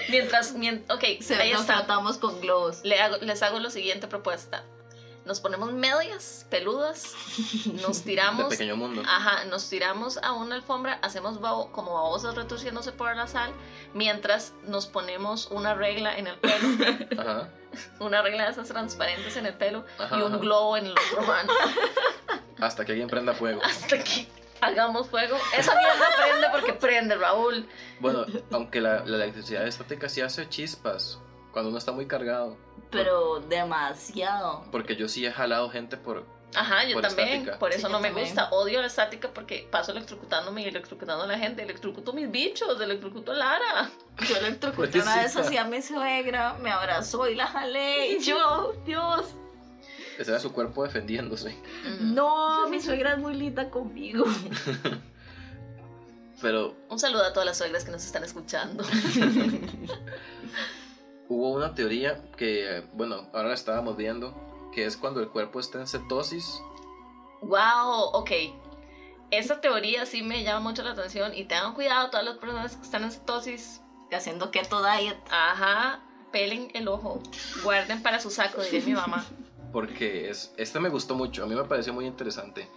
[SPEAKER 3] mientras, mien- ok,
[SPEAKER 2] Se
[SPEAKER 3] ahí
[SPEAKER 2] nos
[SPEAKER 3] está.
[SPEAKER 2] tratamos con [laughs] globos.
[SPEAKER 3] Le hago- les hago la siguiente propuesta. Nos ponemos medias, peludas, nos
[SPEAKER 1] [laughs] De
[SPEAKER 3] tiramos
[SPEAKER 1] pequeño mundo.
[SPEAKER 3] Ajá, nos tiramos a una alfombra, hacemos babo- como babosas retorciéndose por la sal, mientras nos ponemos una regla en el
[SPEAKER 1] [laughs]
[SPEAKER 3] pelo,
[SPEAKER 1] Ajá.
[SPEAKER 3] una regla de esas transparentes en el pelo
[SPEAKER 1] Ajá,
[SPEAKER 3] y un
[SPEAKER 1] ajá.
[SPEAKER 3] globo en el otro mano,
[SPEAKER 1] Hasta que alguien prenda fuego.
[SPEAKER 3] hasta que hagamos fuego. Esa mierda prende porque prende, Raúl.
[SPEAKER 1] Bueno, aunque la, la electricidad estática sí hace chispas cuando uno está muy cargado.
[SPEAKER 2] Pero demasiado.
[SPEAKER 1] Porque yo sí he jalado gente por.
[SPEAKER 3] Ajá, yo
[SPEAKER 1] Por
[SPEAKER 3] también,
[SPEAKER 1] estática.
[SPEAKER 3] por
[SPEAKER 2] Sí,
[SPEAKER 3] eso
[SPEAKER 2] yo
[SPEAKER 3] no me
[SPEAKER 2] también.
[SPEAKER 3] gusta. Odio la estática porque paso electrocutándome y electrocutando a la gente, electrocuto mis bichos, electrocuto a Lara.
[SPEAKER 2] Yo electrocuté una vez así a mi suegra, me abrazó y la jalé. Y yo, Dios,
[SPEAKER 1] Ese era su cuerpo defendiéndose.
[SPEAKER 2] Mm. no, mi suegra es muy linda conmigo.
[SPEAKER 1] Pero
[SPEAKER 3] Un saludo a todas las suegras que nos
[SPEAKER 2] [laughs]
[SPEAKER 3] están escuchando.
[SPEAKER 1] hubo una teoría que, bueno, ahora la estábamos viendo, que es cuando el cuerpo está en cetosis.
[SPEAKER 3] Wow, ok. Esa teoría sí me llama mucho la atención y tengan cuidado todas las personas que están en cetosis.
[SPEAKER 2] Haciendo keto diet.
[SPEAKER 3] Ajá, pelen el ojo, guarden para su saco, diré mi
[SPEAKER 2] [laughs]
[SPEAKER 3] mamá.
[SPEAKER 1] porque es, este me gustó mucho, a mí me pareció muy interesante.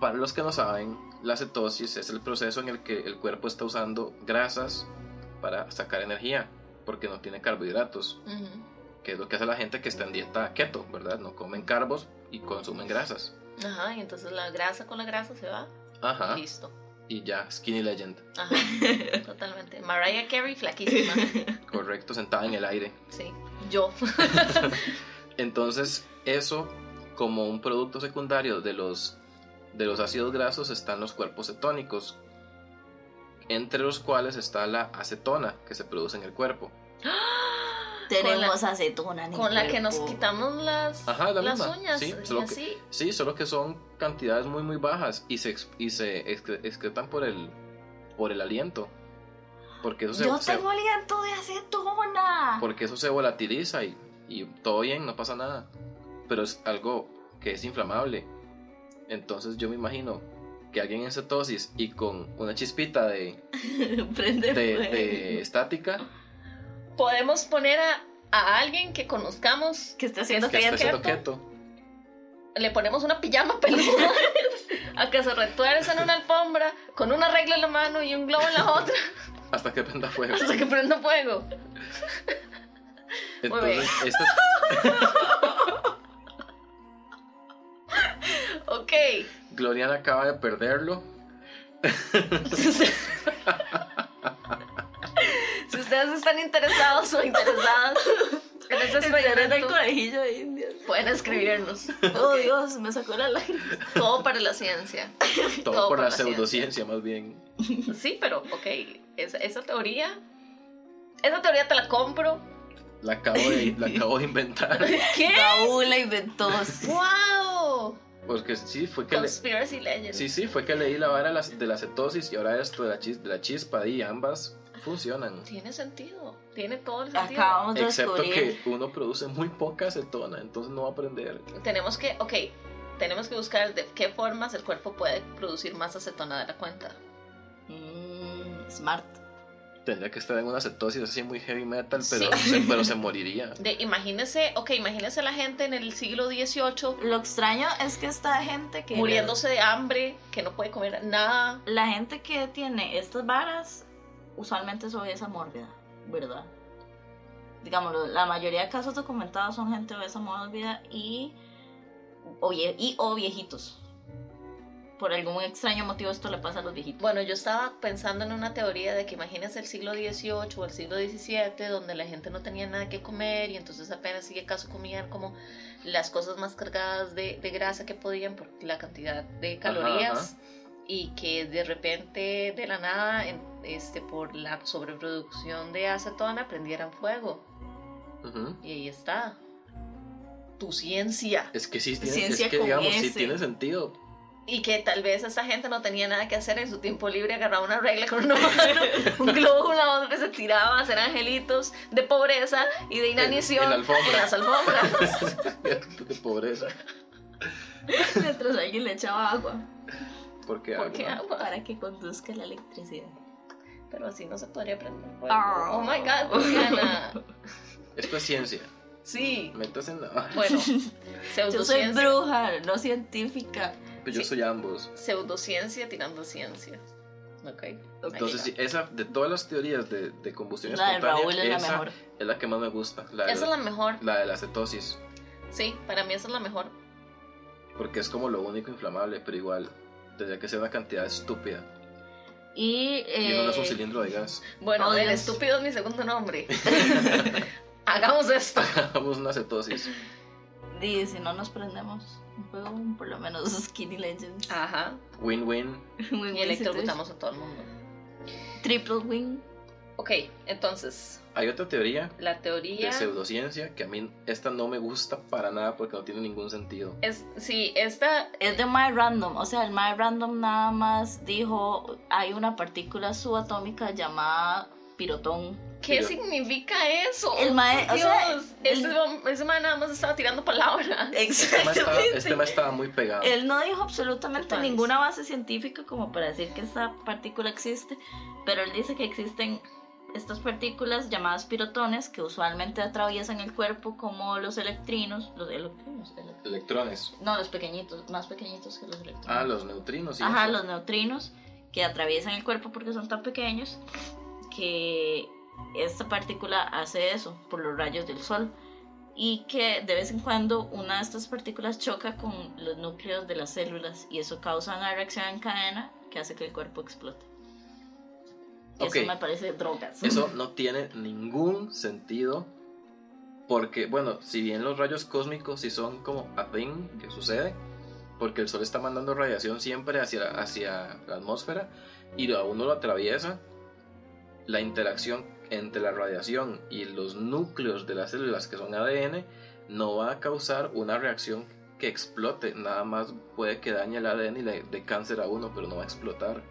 [SPEAKER 1] Para los que no saben, la cetosis es el proceso en el que el cuerpo está usando grasas para sacar energía, porque no tiene carbohidratos,
[SPEAKER 3] Ujú.
[SPEAKER 1] que es lo que hace la gente que está en dieta keto, ¿verdad? No comen carbos y consumen grasas.
[SPEAKER 3] Ajá, y entonces la grasa con la grasa se va.
[SPEAKER 1] Ajá.
[SPEAKER 3] Listo.
[SPEAKER 1] Y ya, skinny legend,
[SPEAKER 3] Ajá, totalmente. Mariah Carey,
[SPEAKER 2] [laughs]
[SPEAKER 3] flaquísima.
[SPEAKER 1] correcto, sentada en el aire.
[SPEAKER 3] Sí, yo.
[SPEAKER 1] Entonces, eso como un producto secundario de los, de los ácidos grasos están los cuerpos cetónicos, entre los cuales está la acetona que se produce en el cuerpo.
[SPEAKER 2] Tenemos acetona. en el
[SPEAKER 3] ¡Ah! Con la, con la que nos
[SPEAKER 2] cuerpo.
[SPEAKER 3] quitamos las,
[SPEAKER 1] Ajá, la
[SPEAKER 3] las
[SPEAKER 1] misma,
[SPEAKER 3] uñas.
[SPEAKER 1] sí,
[SPEAKER 3] y
[SPEAKER 1] solo que-
[SPEAKER 3] así.
[SPEAKER 1] Sí, solo que son cantidades muy muy bajas y se, ex- y se excre- excretan por el, por el aliento. Porque eso se,
[SPEAKER 2] Yo
[SPEAKER 1] se-
[SPEAKER 2] tengo aliento de acetona.
[SPEAKER 1] porque eso se volatiliza y, y todo bien, no pasa nada. Pero es algo que es inflamable. Entonces yo me imagino que alguien en cetosis y con una chispita de,
[SPEAKER 2] [laughs] Prende
[SPEAKER 1] de,
[SPEAKER 2] fuego.
[SPEAKER 1] de estática
[SPEAKER 3] Podemos poner a, a alguien que conozcamos
[SPEAKER 2] [laughs] Que está haciendo
[SPEAKER 1] que
[SPEAKER 2] keto.
[SPEAKER 1] está haciendo keto.
[SPEAKER 3] le ponemos una pijama [laughs] peluda a que se retuerza en una alfombra con una regla en la mano y un globo en la
[SPEAKER 1] [laughs]
[SPEAKER 3] otra
[SPEAKER 1] Hasta que prenda fuego.
[SPEAKER 3] hasta que prenda fuego. muy bien.
[SPEAKER 1] Entonces, esta,
[SPEAKER 3] Ok.
[SPEAKER 1] Gloriana acaba de perderlo.
[SPEAKER 3] Si usted- si ustedes están interesados o interesadas en este
[SPEAKER 2] Era el
[SPEAKER 3] experimento,
[SPEAKER 2] conejillo de indias.
[SPEAKER 3] pueden escribirnos.
[SPEAKER 2] Oh Dios, me sacó la lágrima.
[SPEAKER 3] Todo para la ciencia.
[SPEAKER 1] Todo,
[SPEAKER 3] Todo
[SPEAKER 1] por la,
[SPEAKER 3] ciencia.
[SPEAKER 1] pseudociencia, más bien.
[SPEAKER 3] Sí, pero ok. Esa, esa teoría. Esa teoría te la compro.
[SPEAKER 1] La acabo de, la acabo de inventar.
[SPEAKER 3] ¿Qué?
[SPEAKER 2] Raúl la inventó.
[SPEAKER 3] ¡Wow!
[SPEAKER 1] Porque sí, fue que le-
[SPEAKER 3] Conspiracy Legends.
[SPEAKER 1] Sí, sí, fue que leí la vara de la- de la cetosis y ahora esto de la, chis- de la chispa y ambas funcionan.
[SPEAKER 3] Tiene sentido. Tiene todo el sentido.
[SPEAKER 2] Acabamos de
[SPEAKER 1] Excepto
[SPEAKER 2] descubrir.
[SPEAKER 1] que uno produce muy poca acetona, entonces no va a aprender.
[SPEAKER 3] Tenemos que, ok, tenemos que buscar de qué formas el cuerpo puede producir más acetona de la cuenta.
[SPEAKER 2] Mm, smart.
[SPEAKER 1] Tendría que estar en una cetosis así muy heavy metal, pero,
[SPEAKER 3] Sí.
[SPEAKER 1] se, pero
[SPEAKER 2] [laughs]
[SPEAKER 1] se moriría.
[SPEAKER 3] De, imagínese, ok, imagínese la gente en el siglo XVIII
[SPEAKER 2] Lo extraño es que esta gente que.
[SPEAKER 3] muriéndose de hambre, que no puede comer nada.
[SPEAKER 2] La gente que tiene estas varas usualmente es obesa mórbida, ¿verdad? Digamos, la mayoría de casos documentados son gente obesa mórbida y o, vie- y, o viejitos. Por algún extraño motivo esto le pasa a los viejitos.
[SPEAKER 3] Bueno, yo estaba pensando en una teoría de que imagínese el siglo XVIII o el siglo XVII, donde la gente no tenía nada que comer y entonces apenas si acaso comían como las cosas más cargadas de, de grasa que podían por la cantidad de calorías y que de repente, de la nada, en- este, por la sobreproducción de acetona, prendieran fuego.
[SPEAKER 1] Ujú.
[SPEAKER 3] Y ahí está. Tu ciencia.
[SPEAKER 1] Es que sí, tiene, es
[SPEAKER 2] Ciencia
[SPEAKER 1] que
[SPEAKER 2] con
[SPEAKER 1] digamos, sí
[SPEAKER 2] S.
[SPEAKER 1] tiene sentido.
[SPEAKER 3] Y que tal vez esa gente no tenía nada que hacer en su tiempo libre, agarraba una regla con una [laughs] mano, un globo con la otra, se tiraba a hacer angelitos de pobreza y de inanición
[SPEAKER 1] En- en la alfombra.
[SPEAKER 3] en las
[SPEAKER 1] [laughs]
[SPEAKER 3] alfombras. [laughs]
[SPEAKER 1] de pobreza.
[SPEAKER 2] Mientras alguien le echaba agua.
[SPEAKER 1] ¿Por qué
[SPEAKER 3] ¿Por qué
[SPEAKER 1] agua?
[SPEAKER 3] agua?
[SPEAKER 2] para que conduzca la electricidad.
[SPEAKER 3] Pero así no se podría prender fuego.
[SPEAKER 2] Ah.
[SPEAKER 3] Oh, my god, Diana.
[SPEAKER 1] Esto es ciencia.
[SPEAKER 3] Sí.
[SPEAKER 1] Métase en la. [laughs]
[SPEAKER 3] Bueno,
[SPEAKER 2] Yo soy
[SPEAKER 3] pseudociencia,
[SPEAKER 2] bruja, no científica.
[SPEAKER 1] Pues Yo
[SPEAKER 3] sí.
[SPEAKER 1] soy ambos.
[SPEAKER 3] pseudociencia tirando ciencia. Ok. ahí
[SPEAKER 1] Entonces, sí,
[SPEAKER 3] llegamos.
[SPEAKER 1] esa, de todas las teorías de, de combustión
[SPEAKER 2] La de
[SPEAKER 1] espontánea,
[SPEAKER 2] Raúl es la
[SPEAKER 1] esa
[SPEAKER 2] mejor.
[SPEAKER 1] es la que más me gusta. La, de-
[SPEAKER 3] Esa es la mejor.
[SPEAKER 1] la de la cetosis.
[SPEAKER 3] Sí, para mí esa es la mejor.
[SPEAKER 1] Porque es como lo único inflamable, pero igual tendría que ser una cantidad estúpida.
[SPEAKER 2] Y,
[SPEAKER 1] Y uno no es un
[SPEAKER 2] eh,
[SPEAKER 1] cilindro de gas. [laughs]
[SPEAKER 3] Bueno,
[SPEAKER 2] Oh,
[SPEAKER 3] el
[SPEAKER 2] Dios.
[SPEAKER 3] estúpido es mi segundo nombre. [laughs] Hagamos esto.
[SPEAKER 1] Hagamos una cetosis.
[SPEAKER 2] di, si no nos prendemos un juego, por lo menos Skinny Legends.
[SPEAKER 3] Ajá.
[SPEAKER 1] Win-win.
[SPEAKER 2] Muy
[SPEAKER 3] Y
[SPEAKER 2] bien,
[SPEAKER 3] electrocutamos a todo el mundo.
[SPEAKER 2] entonces, Triple Wing.
[SPEAKER 3] Ok, entonces,
[SPEAKER 1] Hay otra teoría
[SPEAKER 3] la
[SPEAKER 1] de
[SPEAKER 3] teoría.
[SPEAKER 1] pseudociencia que a mí esta no me gusta para nada porque no tiene ningún
[SPEAKER 2] [laughs]
[SPEAKER 1] sentido.
[SPEAKER 3] Es, sí, esta.
[SPEAKER 2] Es de My Random, o sea, el My Random nada más dijo, hay una partícula subatómica llamada pirotón.
[SPEAKER 3] ¿Qué
[SPEAKER 1] Yo-
[SPEAKER 3] significa eso?
[SPEAKER 2] El mae- o
[SPEAKER 3] Dios,
[SPEAKER 2] sea,
[SPEAKER 3] ese,
[SPEAKER 2] el-
[SPEAKER 3] ma- ese mae nada más estaba tirando palabras.
[SPEAKER 1] Este tema estaba, este tema estaba muy pegado.
[SPEAKER 2] Él no dijo absolutamente
[SPEAKER 3] Totalmente.
[SPEAKER 2] ninguna base científica como para decir que esta partícula existe, pero él dice que existen estas partículas llamadas pirotones que usualmente atraviesan el cuerpo como los electrinos, los electrinos, ele-
[SPEAKER 1] Electrones.
[SPEAKER 2] no, los pequeñitos, más pequeñitos que los electrinos.
[SPEAKER 1] Ah, los neutrinos. y
[SPEAKER 2] Ajá,
[SPEAKER 1] eso.
[SPEAKER 2] los neutrinos que atraviesan el cuerpo porque son tan pequeños que esta partícula hace eso por los rayos del sol y que de vez en cuando una de estas partículas choca con los núcleos de las células y eso causa una reacción en cadena que hace que el cuerpo explote. Y
[SPEAKER 1] Ok.
[SPEAKER 2] Eso me parece drogas. [laughs]
[SPEAKER 1] Eso no tiene ningún sentido. Porque, bueno, si bien los rayos cósmicos sí son como a thing que sucede, porque el sol está mandando radiación siempre hacia, hacia la atmósfera y a uno lo atraviesa, la interacción entre la radiación y los núcleos de las células que son ADN no va a causar una reacción que explote, nada más puede que dañe el ADN y le dé cáncer a uno, pero no va a explotar.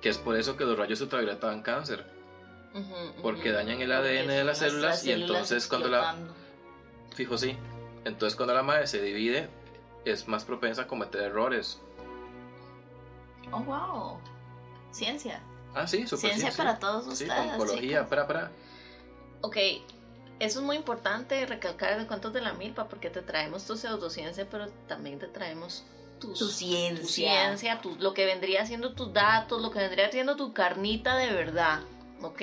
[SPEAKER 1] Que es por eso que los rayos ultravioleta dan cáncer.
[SPEAKER 3] Ujú,
[SPEAKER 1] Porque
[SPEAKER 3] ujú.
[SPEAKER 1] dañan el
[SPEAKER 2] Porque
[SPEAKER 1] ADN de
[SPEAKER 2] son
[SPEAKER 1] las células y
[SPEAKER 2] células
[SPEAKER 1] entonces cuando la...
[SPEAKER 2] explotando.
[SPEAKER 1] Fijo, sí. Entonces cuando la madre se divide es más propensa a cometer errores.
[SPEAKER 2] Oh, wow. Ciencia.
[SPEAKER 1] Ah, sí, super
[SPEAKER 2] Ciencia para todos
[SPEAKER 1] Sí,
[SPEAKER 2] ustedes.
[SPEAKER 1] oncología,
[SPEAKER 2] chicos.
[SPEAKER 1] para, para.
[SPEAKER 3] Ok, eso es muy importante recalcar de cuentos de la milpa porque te traemos tu pseudociencia, pero también te traemos tus,
[SPEAKER 2] Tu ciencia.
[SPEAKER 3] tu ciencia, tus- lo que vendría siendo tus datos, lo que vendría siendo tu carnita de verdad. Ok,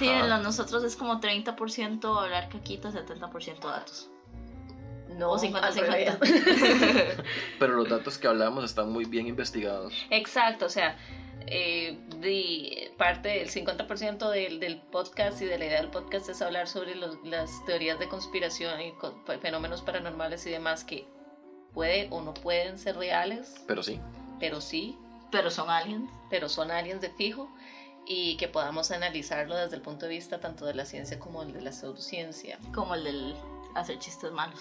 [SPEAKER 2] Sí,
[SPEAKER 1] Ajá.
[SPEAKER 2] lo- nosotros es como 30% hablar caquita, 70% datos.
[SPEAKER 3] no,
[SPEAKER 2] o 50,
[SPEAKER 3] al revés. [laughs]
[SPEAKER 2] 50.
[SPEAKER 1] Pero los datos que hablamos están muy bien investigados.
[SPEAKER 3] Exacto, o sea, eh, de parte del 50% del, del podcast y de la idea del podcast es hablar sobre los- las teorías de conspiración y co- fenómenos paranormales y demás que puede o no pueden ser reales,
[SPEAKER 1] Pero sí,
[SPEAKER 3] pero sí,
[SPEAKER 2] [laughs] Pero son aliens.
[SPEAKER 3] pero son aliens de fijo y que podamos analizarlo desde el punto de vista tanto de la ciencia como el de la pseudociencia.
[SPEAKER 2] Como el del hacer chistes malos.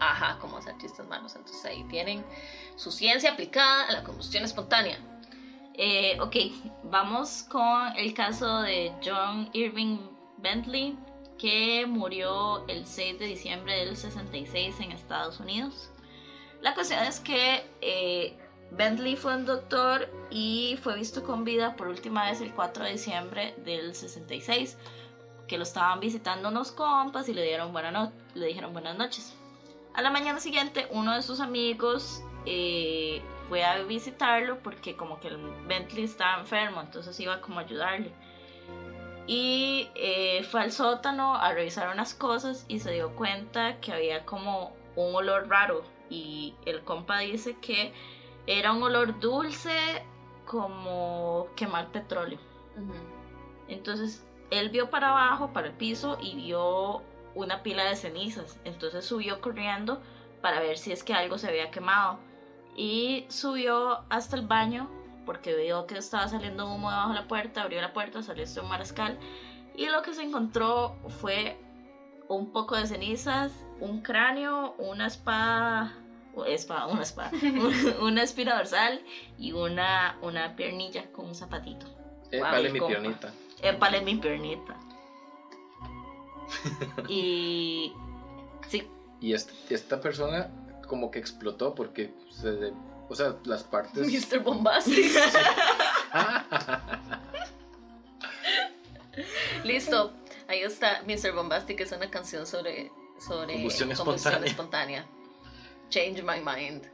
[SPEAKER 3] Ajá, como hacer chistes malos. Entonces ahí tienen su ciencia aplicada a la combustión espontánea.
[SPEAKER 2] Eh, ok, vamos con el caso de John Irving Bentley, que murió el 6 de diciembre del 66 en Estados Unidos. La cuestión es que eh, Bentley fue un doctor y fue visto con vida por última vez el 4 de diciembre del 66, que lo estaban visitando unos compas y le, dieron buena no- le dijeron buenas noches. A la mañana siguiente, uno de sus amigos eh, fue a visitarlo porque como que el Bentley estaba enfermo, entonces iba como a ayudarle. Y eh, fue al sótano a revisar unas cosas y se dio cuenta que había como un olor raro. Y el compa dice que era un olor dulce como quemar petróleo.
[SPEAKER 3] [laughs]
[SPEAKER 2] Entonces él vio para abajo, para el piso, y vio una pila de cenizas. Entonces subió corriendo para ver si es que algo se había quemado. Y subió hasta el baño porque vio que estaba saliendo humo debajo de la puerta, abrió la puerta, salió este mariscal. Y lo que se encontró fue un poco de cenizas, un cráneo, una espada, o espada una espada, [laughs] una espina dorsal y una, una piernilla con un zapatito.
[SPEAKER 1] Eh,
[SPEAKER 2] Wow,
[SPEAKER 1] vale
[SPEAKER 2] el
[SPEAKER 1] mi
[SPEAKER 2] compa.
[SPEAKER 1] piernita.
[SPEAKER 2] Empalé mi piernita. Y. Sí,
[SPEAKER 1] [laughs] Y este- esta persona como que explotó porque se le- o sea, las [laughs] partes
[SPEAKER 3] Mr. Bombastic. Listo, ahí está Mr. Bombastic, es una canción sobre, sobre
[SPEAKER 1] Combustión espontánea.
[SPEAKER 3] espontánea. Change my mind.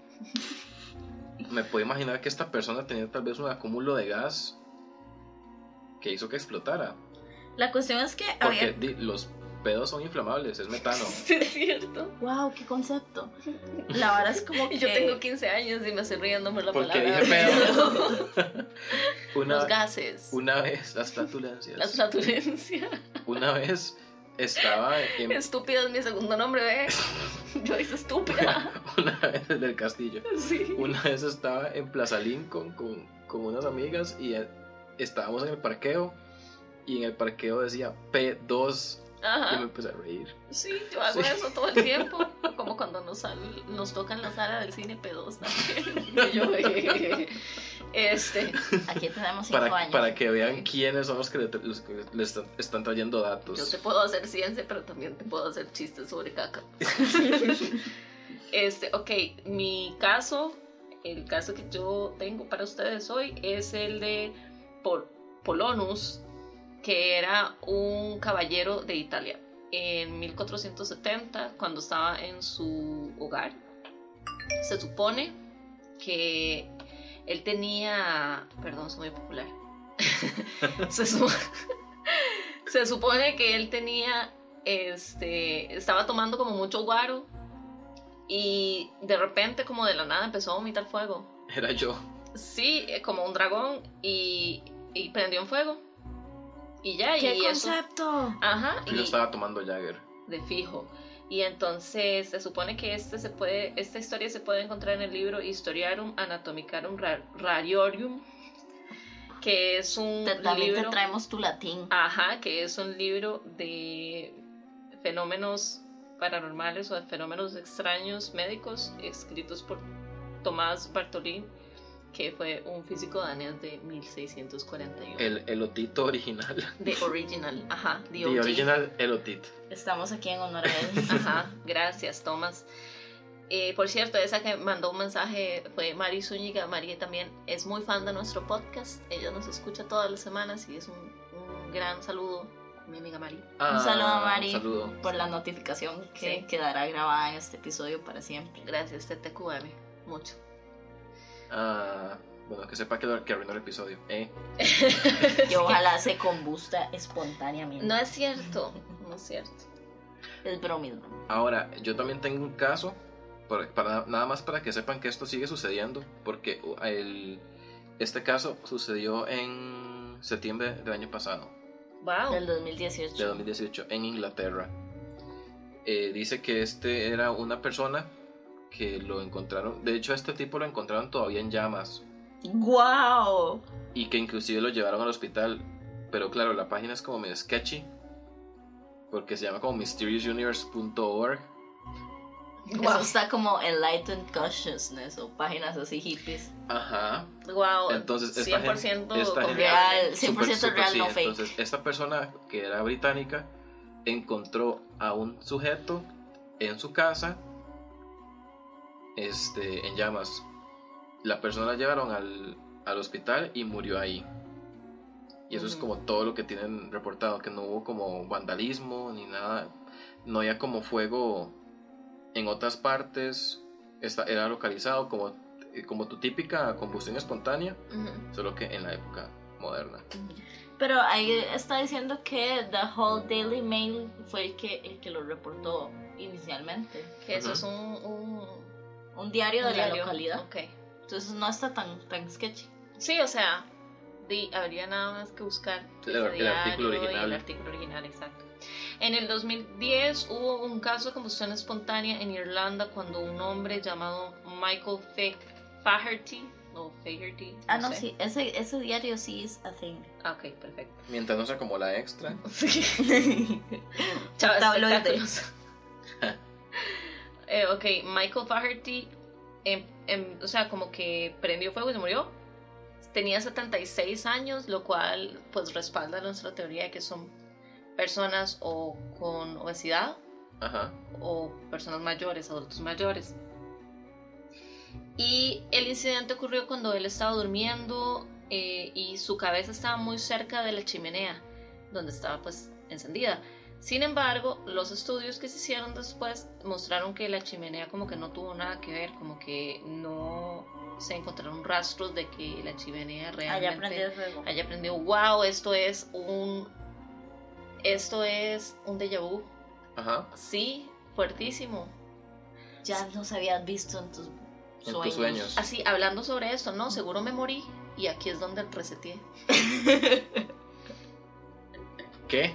[SPEAKER 1] me puedo imaginar que esta persona tenía tal vez un acúmulo de gas que hizo que explotara,
[SPEAKER 2] La cuestión es que
[SPEAKER 1] porque
[SPEAKER 2] había...
[SPEAKER 1] di- los pedos son inflamables, es metano.
[SPEAKER 3] [laughs] Sí, es cierto.
[SPEAKER 2] ¡Wow! ¡Qué concepto! La vara
[SPEAKER 1] [laughs]
[SPEAKER 2] es como que...
[SPEAKER 3] Yo tengo 15 años y me estoy riendo por la
[SPEAKER 1] Porque
[SPEAKER 3] palabra.
[SPEAKER 1] dije pedo.
[SPEAKER 3] [laughs] Los
[SPEAKER 1] Una,
[SPEAKER 3] gases,
[SPEAKER 1] una vez las
[SPEAKER 3] las
[SPEAKER 1] flatulencias.
[SPEAKER 3] flatulencias.
[SPEAKER 1] Una vez estaba en
[SPEAKER 3] Estúpida es mi segundo nombre, ¿ve? Yo hice estúpida.
[SPEAKER 1] [laughs] una vez en el castillo.
[SPEAKER 3] Sí.
[SPEAKER 1] Una vez estaba en Plaza Lincoln con, con unas amigas y eh, estábamos en el parqueo y en el parqueo decía P2 y me
[SPEAKER 3] Ajá.
[SPEAKER 1] empecé a reír.
[SPEAKER 3] Sí, yo hago
[SPEAKER 1] Sí.
[SPEAKER 3] eso todo el tiempo. Como cuando nos, sal- nos tocan la sala del cine P2 también. [laughs] Y yo, [laughs] eh, este.
[SPEAKER 2] Aquí tenemos 5
[SPEAKER 1] Para,
[SPEAKER 2] años.
[SPEAKER 1] para que vean quiénes son los que le, los que le están, están trayendo
[SPEAKER 3] Yo te
[SPEAKER 1] datos.
[SPEAKER 3] puedo hacer ciencia, pero también te puedo hacer chistes sobre caca. este, ok, mi caso, el caso que yo tengo para ustedes hoy es el de Pol- Polonus, que era un caballero de Italia en 1470, cuando estaba en su hogar. Se supone que él tenía, perdón, soy muy popular. [laughs] se, su- se supone que él tenía, este, estaba tomando como mucho guaro y de repente como de la nada empezó a vomitar fuego.
[SPEAKER 1] Era yo.
[SPEAKER 3] Sí, eh, como un dragón y, y prendió en fuego. Y ya,
[SPEAKER 2] ¡Qué
[SPEAKER 3] y eso.
[SPEAKER 2] concepto!
[SPEAKER 3] Ajá,
[SPEAKER 1] Yo
[SPEAKER 3] y-
[SPEAKER 1] estaba tomando Jagger.
[SPEAKER 3] de fijo. Y entonces se supone que este se puede, esta historia se puede encontrar en el libro Historiarum Anatomicarum Ra- Rariorium, que es un
[SPEAKER 2] Te- también
[SPEAKER 3] libro,
[SPEAKER 2] te traemos tu latín.
[SPEAKER 3] ajá, que es un libro de fenómenos paranormales o de fenómenos extraños médicos escritos por Tomás Bartolín, que fue un físico danés de 1641.
[SPEAKER 1] El, el otito original.
[SPEAKER 3] The original, ajá,
[SPEAKER 1] [laughs]
[SPEAKER 3] the,
[SPEAKER 1] The
[SPEAKER 3] OG.
[SPEAKER 1] original elotito.
[SPEAKER 2] Estamos aquí en honor a él.
[SPEAKER 3] [laughs] Ajá, gracias, Tomás. Eh, por cierto, esa que mandó un mensaje fue Mari Zúñiga. Mari también es muy fan de nuestro podcast. Ella nos escucha todas las semanas y es un, un gran saludo, mi amiga Mari.
[SPEAKER 1] Ah,
[SPEAKER 2] saludo a Mari.
[SPEAKER 1] Un saludo.
[SPEAKER 2] Por la notificación que
[SPEAKER 3] Sí.
[SPEAKER 2] quedará grabada en este episodio para
[SPEAKER 3] [laughs]
[SPEAKER 2] siempre.
[SPEAKER 3] Gracias, TTQM. Mucho.
[SPEAKER 1] Ah, bueno, que sepa que, lo- que arruinó el episodio. ¿eh?
[SPEAKER 2] Y ojalá se combusta espontáneamente.
[SPEAKER 3] No es cierto, no es cierto.
[SPEAKER 2] Es bromismo.
[SPEAKER 1] Ahora, yo también tengo un caso, por- para, nada más para que sepan que esto sigue sucediendo, porque uh, el, este caso sucedió en septiembre del año pasado,
[SPEAKER 2] Del
[SPEAKER 3] Wow.
[SPEAKER 2] 2018.
[SPEAKER 1] de 2018, en Inglaterra. Eh, dice que este era una persona que lo encontraron, de hecho a este tipo lo encontraron todavía en llamas
[SPEAKER 2] ¡Guau!
[SPEAKER 1] y que inclusive lo llevaron al hospital, pero claro, la página es como medio sketchy, porque se llama como mysteriousuniverse.org.
[SPEAKER 2] Eso [laughs]
[SPEAKER 3] Wow.
[SPEAKER 2] está como Enlightened Consciousness o páginas así hippies.
[SPEAKER 1] Ajá,
[SPEAKER 3] wow.
[SPEAKER 1] Entonces, esta
[SPEAKER 3] 100%
[SPEAKER 1] gente- esta gente-
[SPEAKER 3] confiable.
[SPEAKER 2] Real, 100%
[SPEAKER 1] Súper, súper,
[SPEAKER 2] real,
[SPEAKER 1] sí.
[SPEAKER 2] no fake.
[SPEAKER 1] Entonces, esta persona que era británica encontró a un sujeto en su casa este, en llamas. La persona la llevaron al, al hospital y murió ahí. Y eso es
[SPEAKER 3] Ujú.
[SPEAKER 1] como todo lo que tienen reportado, que no hubo como vandalismo ni nada. No había como fuego en otras partes. Esta- era localizado como, como tu típica combustión espontánea,
[SPEAKER 3] Ujú.
[SPEAKER 1] solo que en la época moderna.
[SPEAKER 2] Pero ahí está diciendo que The Whole Daily Mail fue el que, el que lo reportó inicialmente.
[SPEAKER 3] Que eso
[SPEAKER 1] Ujú.
[SPEAKER 3] es un, un-
[SPEAKER 2] Un diario de la
[SPEAKER 3] diario.
[SPEAKER 2] localidad.
[SPEAKER 3] Ok.
[SPEAKER 2] Entonces no está tan, tan sketchy.
[SPEAKER 3] Sí, o sea, di- habría nada más que buscar
[SPEAKER 1] El-
[SPEAKER 3] ese
[SPEAKER 1] el artículo
[SPEAKER 3] diario y
[SPEAKER 1] original.
[SPEAKER 3] El artículo original, exacto. En el 2010 hubo un caso de combustión espontánea en Irlanda cuando un hombre llamado Michael Fa- Faherty, o Faherty,
[SPEAKER 2] Ah, no,
[SPEAKER 3] sé.
[SPEAKER 2] sí, ese, ese diario sí es a [laughs] thing.
[SPEAKER 3] Ah, ok,
[SPEAKER 2] [laughs]
[SPEAKER 3] perfecto.
[SPEAKER 1] Mientras no sea como la extra.
[SPEAKER 3] Sí. Chao,
[SPEAKER 2] Tabloide.
[SPEAKER 3] espectáculos. [laughs] Eh, ok, Michael Faherty, em- em, o sea, como que prendió fuego y se murió. Tenía 76 años, lo cual pues respalda nuestra teoría de que son personas o con obesidad
[SPEAKER 1] Ajá.
[SPEAKER 3] o personas mayores, adultos mayores. Y el incidente ocurrió cuando él estaba durmiendo eh, y su cabeza estaba muy cerca de la chimenea, donde estaba pues encendida. Sin embargo, los estudios que se hicieron después mostraron que la chimenea como que no tuvo nada que ver, como que no se encontraron rastros de que la chimenea realmente
[SPEAKER 2] Allá prendió fuego.
[SPEAKER 3] haya aprendido, wow, esto es un esto es un déjà vu.
[SPEAKER 1] Ajá.
[SPEAKER 3] Sí, fuertísimo.
[SPEAKER 2] Ya nos habías visto en tus
[SPEAKER 1] tus
[SPEAKER 2] sueños. [laughs]
[SPEAKER 1] sueños.
[SPEAKER 3] Así, hablando sobre esto, no, seguro me morí y aquí es donde
[SPEAKER 2] [laughs]
[SPEAKER 3] reseteé.
[SPEAKER 1] ¿Qué?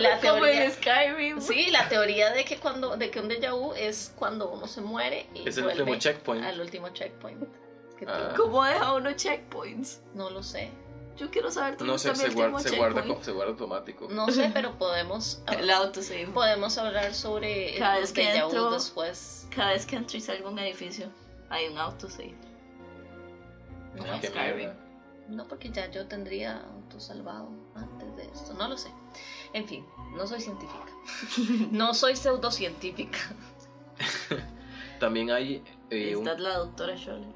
[SPEAKER 3] La
[SPEAKER 2] Como
[SPEAKER 3] teoría
[SPEAKER 2] en Skyrim.
[SPEAKER 3] Sí, la teoría de que cuando de que un déjà vu es cuando uno se muere y
[SPEAKER 1] Es el
[SPEAKER 3] vuelve
[SPEAKER 1] último checkpoint.
[SPEAKER 3] al último checkpoint. Es que
[SPEAKER 1] Ah.
[SPEAKER 2] ¿Cómo deja uno checkpoints?
[SPEAKER 3] no lo sé.
[SPEAKER 2] Yo quiero saber tú
[SPEAKER 1] No sé, se, guarda, se, guarda, co- se guarda automático.
[SPEAKER 3] No
[SPEAKER 2] [laughs]
[SPEAKER 3] sé, pero podemos
[SPEAKER 2] El autosave.
[SPEAKER 3] podemos hablar sobre
[SPEAKER 2] Cada vez
[SPEAKER 3] los
[SPEAKER 2] que
[SPEAKER 3] déjà vus
[SPEAKER 2] entro-
[SPEAKER 3] después.
[SPEAKER 2] Cada vez que entro y salgo a un edificio, hay un autosave.
[SPEAKER 1] Ah,
[SPEAKER 2] no,
[SPEAKER 1] qué
[SPEAKER 2] Skyrim.
[SPEAKER 1] mierda.
[SPEAKER 3] No, porque ya yo tendría autosalvado antes de esto. No lo sé. En fin, no soy científica.
[SPEAKER 2] [laughs]
[SPEAKER 3] No soy pseudocientífica.
[SPEAKER 1] También hay eh, un-
[SPEAKER 2] Esta es la doctora Scholler,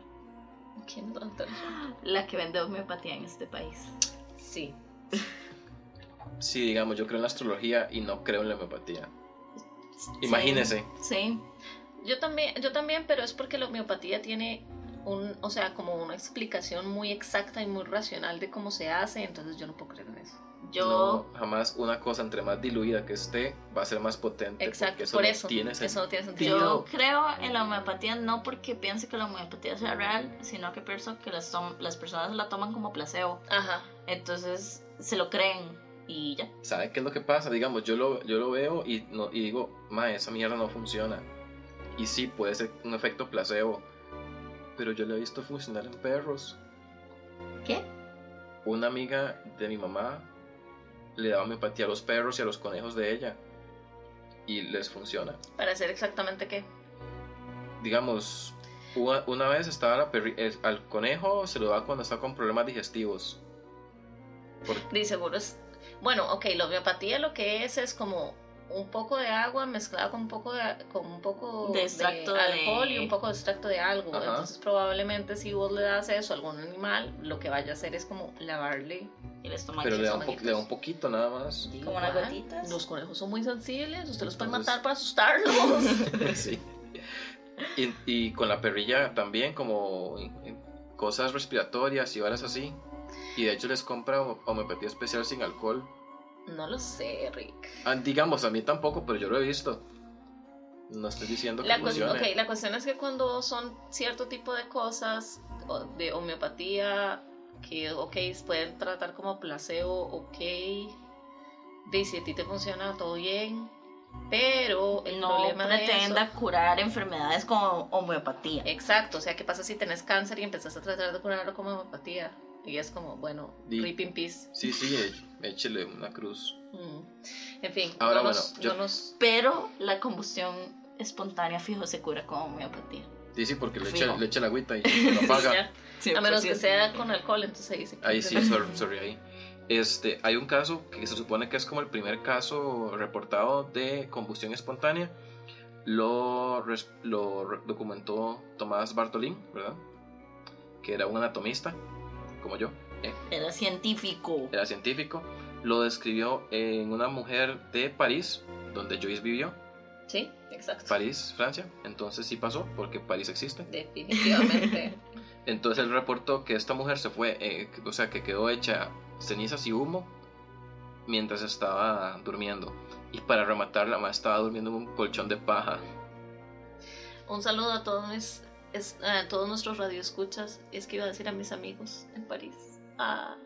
[SPEAKER 3] ¿Quién es la doctora?
[SPEAKER 2] la que vende homeopatía en este país.
[SPEAKER 3] Sí.
[SPEAKER 1] Sí, digamos, yo creo en la astrología y no creo en la homeopatía. Imagínese.
[SPEAKER 2] Sí,
[SPEAKER 3] Yo también, yo también, pero es porque la homeopatía tiene un, o sea, como una explicación muy exacta y muy racional de cómo se hace, entonces yo no puedo creer en eso.
[SPEAKER 2] yo
[SPEAKER 1] No, jamás una cosa, entre más diluida que esté, va a ser más potente.
[SPEAKER 3] Exacto,
[SPEAKER 1] porque eso
[SPEAKER 3] por
[SPEAKER 1] no
[SPEAKER 3] eso.
[SPEAKER 1] Tiene
[SPEAKER 3] eso no tiene sentido.
[SPEAKER 2] Yo
[SPEAKER 1] Tío.
[SPEAKER 2] creo en la homeopatía no porque piense que la homeopatía sea real, sino que pienso que las, tom- las personas la toman como placebo.
[SPEAKER 3] Ajá.
[SPEAKER 2] Entonces se lo creen y ya.
[SPEAKER 1] ¿Sabe qué es lo que pasa? Digamos, yo lo, yo lo veo y, no, y digo, ma, esa mierda no funciona. Y sí, puede ser un efecto placebo. Pero yo lo he visto funcionar en perros.
[SPEAKER 2] ¿Qué?
[SPEAKER 1] Una amiga de mi mamá le daba homeopatía a los perros y a los conejos de ella. Y les funciona.
[SPEAKER 3] Para hacer exactamente qué.
[SPEAKER 1] digamos, una, una vez estaba la perri- el- al conejo, se lo da cuando está con problemas digestivos. Por-
[SPEAKER 3] De seguro es. Bueno, ok, la homeopatía lo que es es como un poco de agua mezclada con un poco de, con un poco
[SPEAKER 2] De extracto de-
[SPEAKER 3] alcohol y un poco de extracto de algo.
[SPEAKER 1] Ajá.
[SPEAKER 3] Entonces probablemente si vos le das eso a algún animal, lo que vaya a hacer es como lavarle
[SPEAKER 2] Y les toman
[SPEAKER 1] pero le da, un
[SPEAKER 3] son
[SPEAKER 1] po- le da un
[SPEAKER 3] bonitos.
[SPEAKER 1] poquito nada más.
[SPEAKER 2] Como unas gotitas.
[SPEAKER 3] Los conejos son muy sensibles, usted los puede
[SPEAKER 1] Entonces-
[SPEAKER 3] matar para asustarlos. [laughs]
[SPEAKER 1] Sí. Y, y con la perrilla también, como eh, cosas respiratorias y varas así. Y de hecho les compra hom- homeopatía especial sin alcohol.
[SPEAKER 3] no lo sé, Rick.
[SPEAKER 1] Ah, digamos, a mí tampoco, pero yo lo he visto. No estoy diciendo que
[SPEAKER 3] La, cues-
[SPEAKER 1] funcione.
[SPEAKER 3] ok, la cuestión es que cuando son cierto tipo de cosas o de homeopatía, que ok, pueden tratar como placebo, ok, de si a ti te funciona todo bien, pero el
[SPEAKER 2] no
[SPEAKER 3] problema de eso-
[SPEAKER 2] pretenda curar enfermedades con homeopatía.
[SPEAKER 3] Exacto, o sea, ¿qué pasa si tenés cáncer y empezás a tratar de curarlo con homeopatía? Y es como, bueno,
[SPEAKER 1] Di-
[SPEAKER 3] rip in peace.
[SPEAKER 1] Sí, sí, eh, échele una cruz.
[SPEAKER 3] Mm. En fin,
[SPEAKER 1] Ahora,
[SPEAKER 3] no
[SPEAKER 1] bueno,
[SPEAKER 3] nos-
[SPEAKER 1] yo-
[SPEAKER 3] no nos-
[SPEAKER 2] Pero la combustión espontánea fijo se cura con homeopatía.
[SPEAKER 1] Sí, sí, porque le
[SPEAKER 2] Fijo.
[SPEAKER 1] echa, le echa la agüita
[SPEAKER 3] [laughs]
[SPEAKER 1] y lo apaga.
[SPEAKER 3] A menos
[SPEAKER 2] 100%.
[SPEAKER 3] que sea con alcohol, entonces ahí sí. que-
[SPEAKER 1] Ahí sí, sorry, sorry, ahí. Este, hay un caso que se supone que es como el primer caso reportado de combustión espontánea. Lo, res- lo re- documentó Tomás Bartolín, ¿verdad? Que era un anatomista, como yo,
[SPEAKER 2] Era científico.
[SPEAKER 1] era científico. Lo describió en una mujer de París, donde Joyce vivió,
[SPEAKER 3] Sí, exacto.
[SPEAKER 1] París, Francia. Entonces sí pasó, porque París existe.
[SPEAKER 3] [laughs] Definitivamente.
[SPEAKER 1] Entonces él reportó que esta mujer se fue, eh, o sea, que quedó hecha cenizas y humo mientras estaba durmiendo. Y para rematar, la más estaba durmiendo en un colchón de paja.
[SPEAKER 3] Un saludo a todos mis es- a todos nuestros radioescuchas. Es que iba a decir a mis amigos en París. Ah,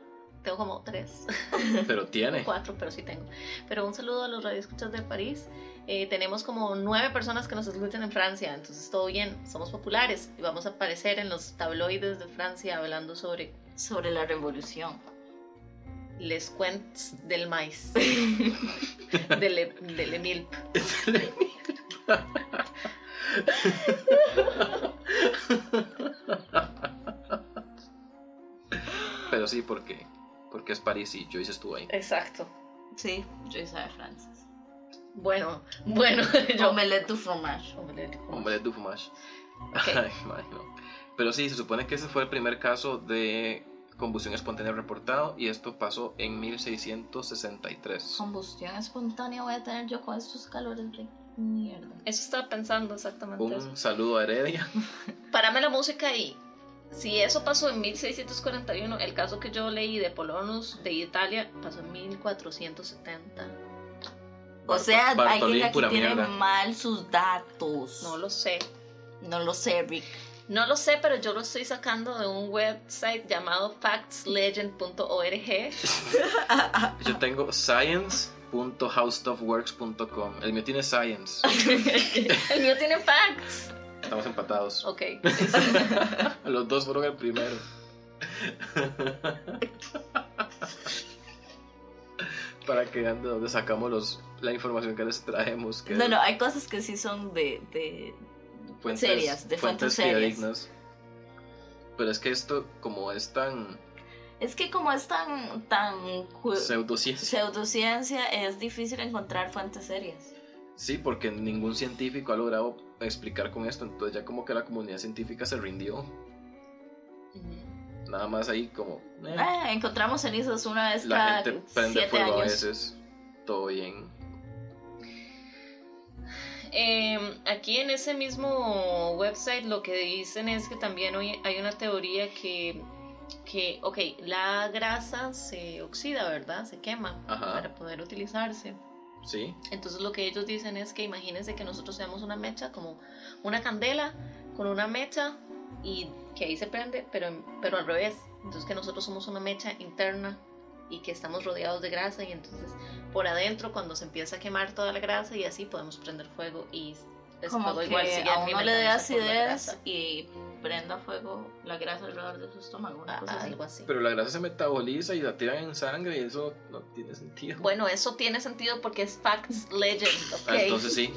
[SPEAKER 3] tengo como tres [laughs]
[SPEAKER 1] Pero tiene. [laughs]
[SPEAKER 3] cuatro, pero sí tengo. Pero un saludo a los radioescuchas de París. Eh, tenemos como nueve personas que nos escuchan en Francia, entonces todo bien, somos populares y vamos a aparecer en los tabloides de Francia hablando sobre
[SPEAKER 2] Sobre la revolución.
[SPEAKER 3] les cuents del [laughs] maíz, del, e- del Emil.
[SPEAKER 1] [laughs] Pero sí, porque, porque es París y Joyce estuvo ahí.
[SPEAKER 3] Exacto.
[SPEAKER 2] Sí, yo Isabel Francis.
[SPEAKER 3] Bueno, bueno, [laughs] yo
[SPEAKER 2] Omelette du fromage.
[SPEAKER 3] Omelette con-
[SPEAKER 1] Omelette du fromage. [laughs]
[SPEAKER 3] Ok.
[SPEAKER 1] Ay, mae, no. Pero sí, se supone que ese fue el primer caso de combustión espontánea reportado y esto pasó en 1663.
[SPEAKER 2] Combustión espontánea voy a tener yo con estos calores de mierda.
[SPEAKER 3] Eso estaba pensando exactamente. eso.
[SPEAKER 1] Un saludo a Heredia.
[SPEAKER 3] Parame la música y si eso pasó en 1641, el caso que yo leí de Polonus de Italia pasó en 1470.
[SPEAKER 2] [laughs] O sea,
[SPEAKER 1] Barto- Bartolín,
[SPEAKER 2] alguien aquí
[SPEAKER 1] pura
[SPEAKER 2] tiene
[SPEAKER 1] mierda.
[SPEAKER 2] mal sus datos.
[SPEAKER 3] No lo sé.
[SPEAKER 2] No lo sé, Rick.
[SPEAKER 3] No lo sé, pero yo lo estoy sacando de un website llamado factslegend.org.
[SPEAKER 1] Yo tengo science.howstuffworks.com. El mío tiene
[SPEAKER 2] [laughs]
[SPEAKER 1] science.
[SPEAKER 3] El mío tiene facts.
[SPEAKER 1] Estamos empatados.
[SPEAKER 3] Ok.
[SPEAKER 1] Los dos fueron el
[SPEAKER 2] [laughs]
[SPEAKER 1] primero. [laughs] Para que vean de dónde sacamos los, la información que les traemos. Que
[SPEAKER 2] No, no, hay cosas que sí son de. de- serias, de fuentes serias.
[SPEAKER 1] fidedignas. Pero es que esto, como es tan
[SPEAKER 2] Es que como es tan. tan cu-
[SPEAKER 1] pseudociencia.
[SPEAKER 2] pseudociencia, es difícil encontrar fuentes serias.
[SPEAKER 1] Sí, porque ningún científico ha logrado explicar con esto. Entonces ya como que la comunidad científica se rindió. Nada más ahí como... eh.
[SPEAKER 2] Ah, encontramos cenizas una vez
[SPEAKER 1] La
[SPEAKER 2] cada
[SPEAKER 1] gente prende
[SPEAKER 2] siete
[SPEAKER 1] fuego a
[SPEAKER 2] años.
[SPEAKER 1] veces. Todo bien.
[SPEAKER 3] Eh, aquí en ese mismo website lo que dicen es que también hoy hay una teoría que, que, ok, la grasa se oxida, ¿verdad? Se quema
[SPEAKER 1] Ajá.
[SPEAKER 3] para poder utilizarse.
[SPEAKER 1] Sí.
[SPEAKER 3] Entonces lo que ellos dicen es que imagínense que nosotros seamos una mecha, como una candela con una mecha y que ahí se prende, pero, pero al revés. Entonces que nosotros somos una mecha interna y que estamos rodeados de grasa y entonces por adentro cuando se empieza a quemar toda la grasa y así podemos prender fuego y el
[SPEAKER 2] Como
[SPEAKER 3] fuego
[SPEAKER 2] que
[SPEAKER 3] igual sigue
[SPEAKER 2] a uno le dé
[SPEAKER 3] alimentándose por la
[SPEAKER 2] acidez
[SPEAKER 3] grasa.
[SPEAKER 2] y prenda fuego la grasa alrededor de su estómago. Una
[SPEAKER 3] Ah,
[SPEAKER 2] cosa así.
[SPEAKER 3] algo así.
[SPEAKER 1] Pero la grasa se metaboliza y la tiran en sangre y eso no tiene sentido.
[SPEAKER 3] Bueno, eso tiene sentido porque es facts legend, ¿ok?
[SPEAKER 1] Ah, entonces sí,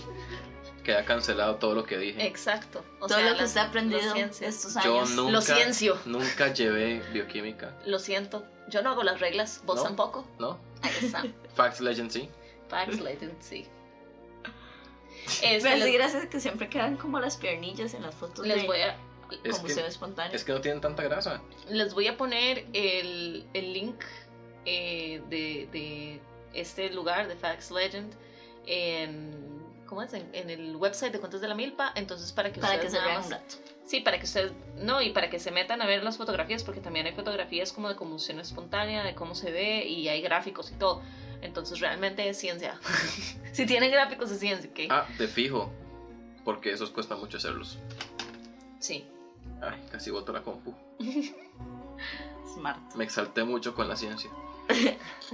[SPEAKER 1] queda cancelado todo lo que dije.
[SPEAKER 3] Exacto. O
[SPEAKER 2] Todo
[SPEAKER 3] sea,
[SPEAKER 2] lo que
[SPEAKER 3] las-
[SPEAKER 2] usted ha aprendido
[SPEAKER 3] lo ciencia.
[SPEAKER 2] estos
[SPEAKER 1] Yo
[SPEAKER 2] años.
[SPEAKER 1] no-
[SPEAKER 3] Lo
[SPEAKER 1] Nunca-
[SPEAKER 3] ciencio.
[SPEAKER 1] Nunca llevé bioquímica,
[SPEAKER 3] Lo siento, yo no hago las reglas, vos
[SPEAKER 1] ¿No?
[SPEAKER 3] tampoco.
[SPEAKER 1] ¿no?
[SPEAKER 3] Ahí está,
[SPEAKER 1] Facts Legend sí.
[SPEAKER 3] Facts Legend,
[SPEAKER 2] [laughs]
[SPEAKER 3] sí. Este,
[SPEAKER 2] Pero sí,
[SPEAKER 3] les,
[SPEAKER 2] gracias Pues, que siempre quedan como las piernillas en las fotos
[SPEAKER 3] les
[SPEAKER 2] de
[SPEAKER 3] voy a,
[SPEAKER 1] Es
[SPEAKER 2] combustión
[SPEAKER 1] que,
[SPEAKER 2] espontánea.
[SPEAKER 1] es que no tienen tanta grasa.
[SPEAKER 3] les voy a poner el, el link eh, de, de este lugar, de Facts Legend, en, ¿cómo es? En, en el website de Cuentos de la Milpa, entonces para que
[SPEAKER 2] para que
[SPEAKER 3] ustedes
[SPEAKER 2] se
[SPEAKER 3] nada
[SPEAKER 2] vean
[SPEAKER 3] más-
[SPEAKER 2] un rato.
[SPEAKER 3] Sí, para que ustedes, no, y para que se metan a ver las fotografías, porque también hay fotografías como de combustión espontánea, de cómo se ve, y hay gráficos y todo. Entonces realmente es ciencia. [laughs] si tienen gráficos es ciencia, ¿ok?
[SPEAKER 1] Ah, de fijo, porque esos cuesta mucho hacerlos.
[SPEAKER 3] Sí.
[SPEAKER 1] Ay, casi boto la compu.
[SPEAKER 2] Smart.
[SPEAKER 1] Me exalté mucho con la ciencia.